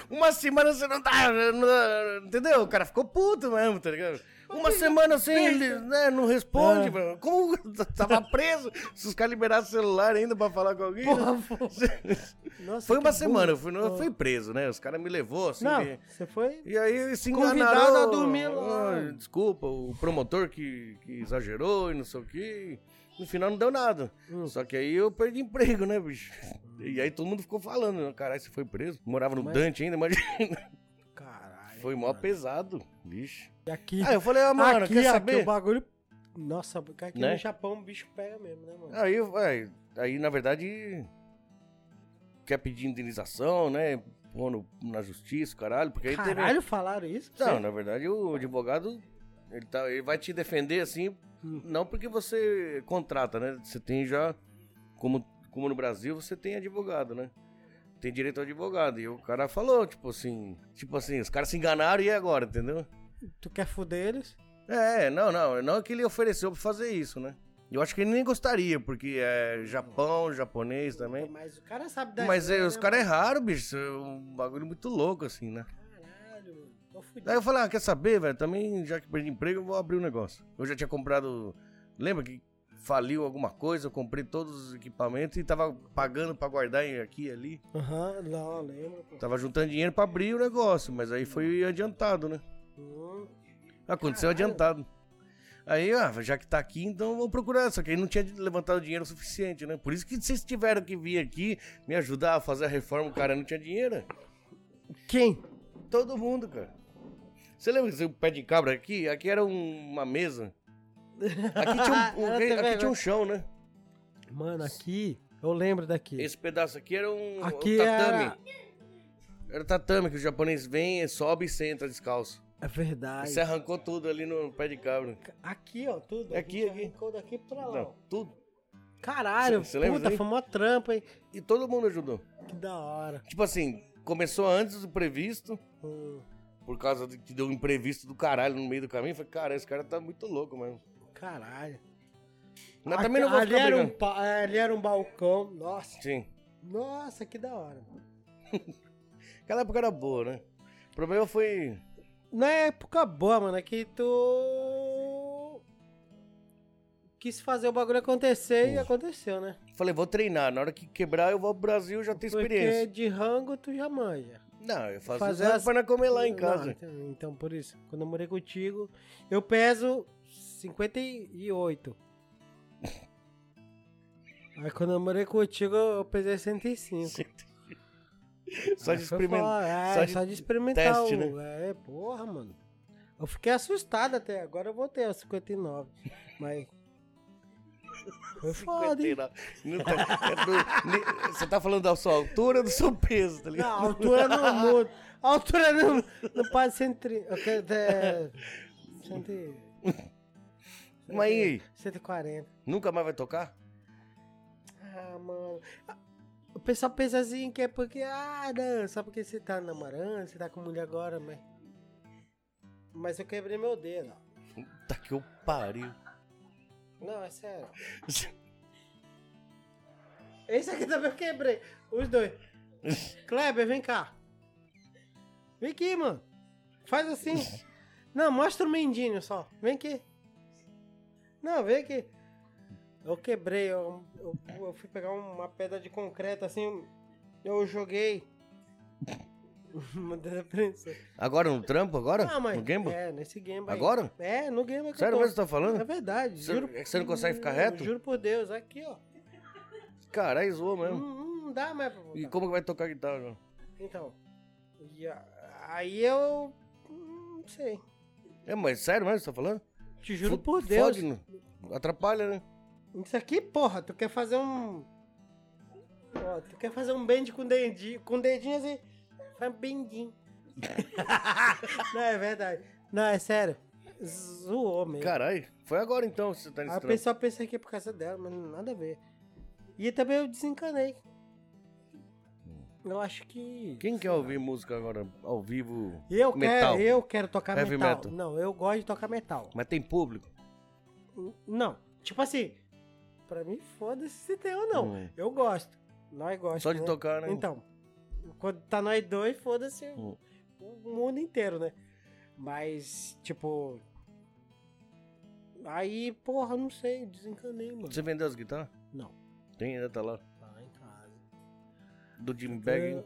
[SPEAKER 1] Uma semana você não tá. não- Entendeu? O cara ficou puto mesmo, tá ligado? Uma semana sem ele, né? Não responde, mano. Como tava preso? Se os caras liberaram o celular ainda pra falar com alguém. né?
[SPEAKER 3] Nossa,
[SPEAKER 1] foi uma
[SPEAKER 3] que é
[SPEAKER 1] semana, eu
[SPEAKER 3] burro.
[SPEAKER 1] fui, eu fui preso, né? Os caras me levou, assim.
[SPEAKER 3] Não,
[SPEAKER 1] e-
[SPEAKER 3] você foi.
[SPEAKER 1] E aí eles se enganaram.
[SPEAKER 3] Convidado a dormir lá.
[SPEAKER 1] Ah, Desculpa, o promotor que, que exagerou e não sei o que. No final não deu nada.
[SPEAKER 3] Hum.
[SPEAKER 1] Só que aí eu perdi emprego, né, bicho? E aí todo mundo ficou falando, né? caralho, você foi preso? Morava no Dante ainda, imagina.
[SPEAKER 3] Caralho.
[SPEAKER 1] Foi mó pesado, bicho.
[SPEAKER 3] E aqui.
[SPEAKER 1] Aí eu falei, ah, mano,
[SPEAKER 3] aqui, é
[SPEAKER 1] quer
[SPEAKER 3] aqui
[SPEAKER 1] saber?
[SPEAKER 3] o bagulho. Nossa, aqui
[SPEAKER 1] Né?
[SPEAKER 3] no Japão o bicho pega mesmo, né, mano?
[SPEAKER 1] Aí, eu- aí, aí, na verdade, quer pedir indenização, né? Pô, no- na justiça, caralho. Porque aí teve-
[SPEAKER 3] Caralho, falaram isso? pra
[SPEAKER 1] Não,
[SPEAKER 3] você?
[SPEAKER 1] na verdade o advogado ele, tá, ele vai te defender assim, não porque você contrata, né? Você tem já, como, como no Brasil, você tem advogado, né? Tem direito ao advogado. E o cara falou, tipo assim, tipo assim, os caras se enganaram e agora, entendeu?
[SPEAKER 3] Tu quer fuder eles?
[SPEAKER 1] É, não, não, não é que ele ofereceu pra fazer isso, né? Eu acho que ele nem gostaria, porque é Japão, japonês também.
[SPEAKER 3] Mas o cara sabe da
[SPEAKER 1] Mas é,
[SPEAKER 3] história,
[SPEAKER 1] os
[SPEAKER 3] né,
[SPEAKER 1] caras erraram, bicho. É um bagulho muito louco, assim, né?
[SPEAKER 3] mano? Caralho, mano. Tô fudido.
[SPEAKER 1] Daí eu falei, ah, quer saber, velho? Também, já que perdi emprego, eu vou abrir um negócio. Eu já tinha comprado. Lembra que faliu alguma coisa? Eu comprei todos os equipamentos e tava pagando pra guardar em- aqui e ali.
[SPEAKER 3] Aham, não, lembro. pô.
[SPEAKER 1] Tava juntando dinheiro pra abrir o negócio, mas aí foi adiantado, né?
[SPEAKER 3] Hum.
[SPEAKER 1] Aconteceu adiantado. Aí, ah, já que tá aqui, então eu vou procurar. Só que aí não tinha levantado dinheiro suficiente, né? Por isso que vocês tiveram que vir aqui me ajudar a fazer a reforma, o cara não tinha dinheiro.
[SPEAKER 3] Quem?
[SPEAKER 1] Todo mundo, cara. Você lembra que o pé de cabra aqui? Aqui era um- uma mesa. Aqui tinha um, um-
[SPEAKER 3] Era
[SPEAKER 1] aqui
[SPEAKER 3] TV,
[SPEAKER 1] tinha um
[SPEAKER 3] né?
[SPEAKER 1] chão, né?
[SPEAKER 3] Mano, aqui. Eu lembro daqui.
[SPEAKER 1] Esse pedaço aqui era um, um
[SPEAKER 3] Aqui é era-
[SPEAKER 1] tatame. Era... tatame que o japonês vem, sobe e senta descalço.
[SPEAKER 3] É
[SPEAKER 1] E
[SPEAKER 3] verdade.
[SPEAKER 1] Você arrancou tudo ali no pé de cabra.
[SPEAKER 3] Aqui, ó, tudo.
[SPEAKER 1] É Aqui,
[SPEAKER 3] A gente
[SPEAKER 1] aqui.
[SPEAKER 3] arrancou daqui pra lá.
[SPEAKER 1] Não,
[SPEAKER 3] ó.
[SPEAKER 1] tudo.
[SPEAKER 3] Caralho,
[SPEAKER 1] Cê- cê lembra
[SPEAKER 3] puta,
[SPEAKER 1] daí?
[SPEAKER 3] foi mó trampa, hein?
[SPEAKER 1] E todo mundo ajudou.
[SPEAKER 3] Que da hora.
[SPEAKER 1] Tipo assim, começou antes do previsto,
[SPEAKER 3] Hum,
[SPEAKER 1] por causa de que deu um imprevisto do caralho no meio do caminho. Eu Falei, cara, esse cara tá muito louco mesmo.
[SPEAKER 3] Caralho.
[SPEAKER 1] Mas
[SPEAKER 3] Aqui-
[SPEAKER 1] também não vou
[SPEAKER 3] ali,
[SPEAKER 1] ficar
[SPEAKER 3] era um
[SPEAKER 1] brigando.
[SPEAKER 3] pa- ali era um balcão. Nossa,
[SPEAKER 1] Sim.
[SPEAKER 3] nossa, que da hora.
[SPEAKER 1] Aquela época era boa, né? O problema foi
[SPEAKER 3] Na época boa, mano, é que tu. Quis fazer o bagulho acontecer e aconteceu, né?
[SPEAKER 1] Falei, vou treinar. Na hora que quebrar, eu vou pro Brasil já tenho
[SPEAKER 3] Porque
[SPEAKER 1] experiência.
[SPEAKER 3] de rango tu já manja.
[SPEAKER 1] Não, eu faço
[SPEAKER 3] Fazer
[SPEAKER 1] fazer as...
[SPEAKER 3] as-
[SPEAKER 1] para comer lá em
[SPEAKER 3] Não,
[SPEAKER 1] casa.
[SPEAKER 3] então, então, por isso, quando eu morei contigo, eu peso 58. Aí quando eu morei contigo, eu pesei 105.
[SPEAKER 1] Só
[SPEAKER 3] Aí
[SPEAKER 1] de
[SPEAKER 3] foi
[SPEAKER 1] experimentar.
[SPEAKER 3] foda, É,
[SPEAKER 1] só
[SPEAKER 3] só,
[SPEAKER 1] de
[SPEAKER 3] de experimentar.
[SPEAKER 1] teste, né?
[SPEAKER 3] o- É, porra, mano. Eu fiquei assustado até agora, eu voltei aos 59. Mas. Foi foda, hein?
[SPEAKER 1] Quarentena. Não tá- é do- ne- Você tá falando da sua altura ou do seu peso, tá
[SPEAKER 3] Não, a
[SPEAKER 1] ligado?
[SPEAKER 3] altura não muda. A altura não. Não pode ser. entre- eu quero até- cento-
[SPEAKER 1] Mas e
[SPEAKER 3] é.
[SPEAKER 1] aí?
[SPEAKER 3] 140.
[SPEAKER 1] Nunca mais vai tocar?
[SPEAKER 3] Ah, mano. O pessoal pensa assim que é porque, ah, não, só porque você tá namorando, você tá com mulher agora, mas. Mas eu quebrei meu dedo. ó.
[SPEAKER 1] Puta Tá que eu pariu.
[SPEAKER 3] Não, é sério. Esse aqui também eu quebrei. Os dois. Kleber, vem cá. Vem aqui, mano. Faz assim. Não, mostra o mendinho só. Vem aqui. Não, vem aqui. Eu quebrei. Eu, eu- eu fui pegar uma pedra de concreto assim. Eu joguei. Uma da prensa.
[SPEAKER 1] Agora no trampo? Agora?
[SPEAKER 3] Ah, mas.
[SPEAKER 1] No Gamble?
[SPEAKER 3] É, nesse game aí.
[SPEAKER 1] Agora?
[SPEAKER 3] É, no game é que eu
[SPEAKER 1] Sério
[SPEAKER 3] tô.
[SPEAKER 1] mesmo que você tá falando?
[SPEAKER 3] É verdade.
[SPEAKER 1] Você-
[SPEAKER 3] juro, Hum,
[SPEAKER 1] é que você não consegue ficar reto?
[SPEAKER 3] Juro por Deus. Aqui, ó.
[SPEAKER 1] Caralho, zoou
[SPEAKER 3] Não,
[SPEAKER 1] mesmo.
[SPEAKER 3] não dá mais pra voltar.
[SPEAKER 1] E como que vai tocar guitarra?
[SPEAKER 3] Então. e a- aí eu. hum, Não sei.
[SPEAKER 1] É, mas sério mesmo que você tá falando?
[SPEAKER 3] Te juro
[SPEAKER 1] Fu-
[SPEAKER 3] por Deus.
[SPEAKER 1] Fode, não? Atrapalha, né?
[SPEAKER 3] Isso aqui, porra, tu quer fazer um. Ó, tu quer fazer um bend com dedinho, com dedinho assim. Faz um bendinho. Não, é verdade. Não, é sério. Zoou mesmo.
[SPEAKER 1] Caralho, foi agora então que você tá nesse
[SPEAKER 3] Aí o
[SPEAKER 1] trampo.
[SPEAKER 3] pessoal pensa que é por causa dela, mas nada a ver. E também eu desencanei. Eu acho que.
[SPEAKER 1] Quem quer ouvir música agora ao vivo?
[SPEAKER 3] Eu
[SPEAKER 1] metal?
[SPEAKER 3] quero, eu quero tocar
[SPEAKER 1] Heavy
[SPEAKER 3] metal.
[SPEAKER 1] metal.
[SPEAKER 3] Não, eu gosto de tocar metal.
[SPEAKER 1] Mas tem público.
[SPEAKER 3] Não, tipo assim, pra mim foda-se se tem ou não.
[SPEAKER 1] Hum.
[SPEAKER 3] Eu gosto. Nós gostamos.
[SPEAKER 1] Só de tocar, né?
[SPEAKER 3] Então, quando tá nós dois, foda-se
[SPEAKER 1] Hum.
[SPEAKER 3] o mundo inteiro, né? Mas, tipo, Aí, porra, não sei, desencanei, mano.
[SPEAKER 1] Você vendeu as guitarras?
[SPEAKER 3] Não.
[SPEAKER 1] Tem ainda, tá lá.
[SPEAKER 3] Tá em casa.
[SPEAKER 1] Do Jim Bag.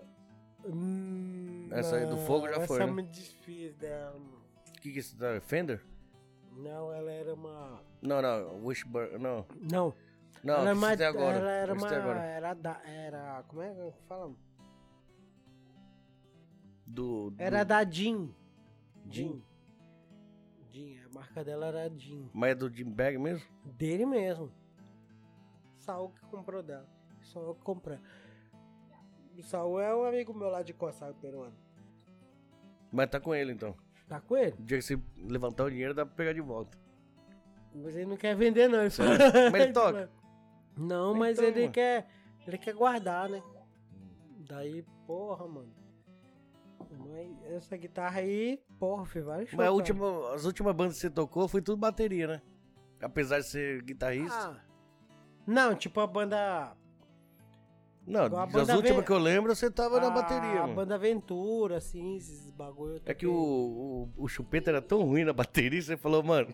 [SPEAKER 3] Hum,
[SPEAKER 1] Essa aí do fogo já
[SPEAKER 3] essa
[SPEAKER 1] foi,
[SPEAKER 3] Essa
[SPEAKER 1] né?
[SPEAKER 3] é muito difícil dela, mano.
[SPEAKER 1] O que que isso tá? Fender?
[SPEAKER 3] Não, ela era uma.
[SPEAKER 1] Não, não. Wishburn. Não.
[SPEAKER 3] Não.
[SPEAKER 1] Não,
[SPEAKER 3] ela, era
[SPEAKER 1] que
[SPEAKER 3] uma-
[SPEAKER 1] você tem agora.
[SPEAKER 3] ela era
[SPEAKER 1] que você
[SPEAKER 3] uma.
[SPEAKER 1] tem agora.
[SPEAKER 3] Era, da, era. Como é que fala?
[SPEAKER 1] Do, do-
[SPEAKER 3] Era da Jean.
[SPEAKER 1] Hum. Jean?
[SPEAKER 3] Jean, a marca dela era Jean.
[SPEAKER 1] Mas é do Jim Bag mesmo?
[SPEAKER 3] Dele mesmo. Saul que comprou dela. Só eu que comprei. O Saul é um amigo meu lá de Coçago peruano.
[SPEAKER 1] Mas tá com ele, então.
[SPEAKER 3] Tá com ele?
[SPEAKER 1] O dia que você levantar o dinheiro, dá pra pegar de volta.
[SPEAKER 3] Mas ele não quer vender, não. Mas
[SPEAKER 1] Mas ele toca?
[SPEAKER 3] Não, mas
[SPEAKER 1] Então,
[SPEAKER 3] ele
[SPEAKER 1] mano. Hum.
[SPEAKER 3] quer. Ele quer guardar, né? Daí, porra, mano. Mas essa guitarra aí, porra, fez vários
[SPEAKER 1] Mas a
[SPEAKER 3] shows,
[SPEAKER 1] última, as últimas bandas que você tocou foi tudo bateria, né? Apesar de ser
[SPEAKER 3] cara.
[SPEAKER 1] guitarrista.
[SPEAKER 3] Ah. Não, tipo a banda.
[SPEAKER 1] não,
[SPEAKER 3] igual a
[SPEAKER 1] das
[SPEAKER 3] banda Ah,
[SPEAKER 1] últimas
[SPEAKER 3] vem-
[SPEAKER 1] que eu lembro, você tava na
[SPEAKER 3] a-
[SPEAKER 1] bateria,
[SPEAKER 3] A
[SPEAKER 1] mano.
[SPEAKER 3] banda Aventura, assim, esses bagulho. eu
[SPEAKER 1] É que
[SPEAKER 3] toquei.
[SPEAKER 1] o, o, o chupeta era tão ruim na bateria, você falou, mano,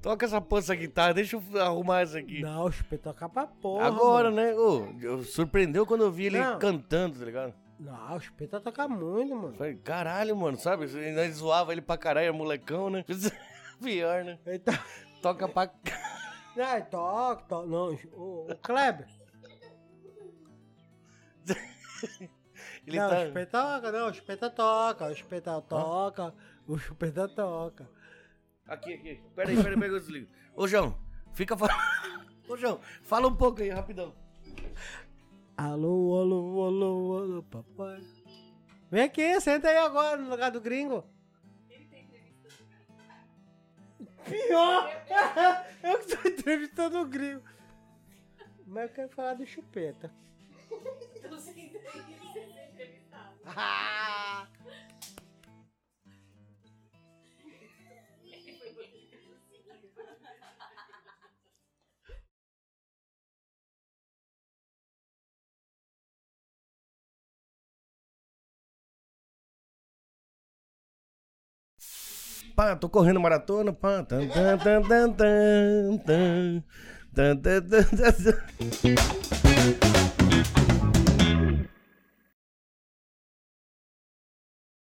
[SPEAKER 1] toca essa porra, essa guitarra, deixa eu arrumar isso aqui.
[SPEAKER 3] Não, o Chupeta toca pra porra.
[SPEAKER 1] Agora,
[SPEAKER 3] mano.
[SPEAKER 1] né? Ô, eu- surpreendeu quando eu vi ele
[SPEAKER 3] Não.
[SPEAKER 1] cantando, tá ligado?
[SPEAKER 3] Não, o Chupeta toca muito, mano.
[SPEAKER 1] Eu Falei, caralho, mano, sabe? E Nós zoava ele pra caralho, era molecão, né? Pior, né?
[SPEAKER 3] Ele to...
[SPEAKER 1] Toca pra.
[SPEAKER 3] Não, ele toca, toca. Não, o, o Kleber.
[SPEAKER 1] Ele
[SPEAKER 3] não, o
[SPEAKER 1] tá...
[SPEAKER 3] Chupeta toca, não, o Chupeta toca, o Chupeta toca, o Chupeta toca.
[SPEAKER 1] Aqui, aqui. Peraí, peraí, pega o desligo. Ô, João, fica falando. Ô, João, fala um pouco aí, rapidão.
[SPEAKER 3] Alô, alô, alô, alô, papai. Vem aqui, senta aí agora no lugar do gringo. Pior! Eu que tô entrevistando o gringo. Mas eu quero falar do chupeta.
[SPEAKER 7] Então sem ideia de ser entrevistado.
[SPEAKER 1] Pá, tô correndo maratona, pá. Tan, tan, tan, tan, tan, tan. Tan, tan, tan, tan, tan.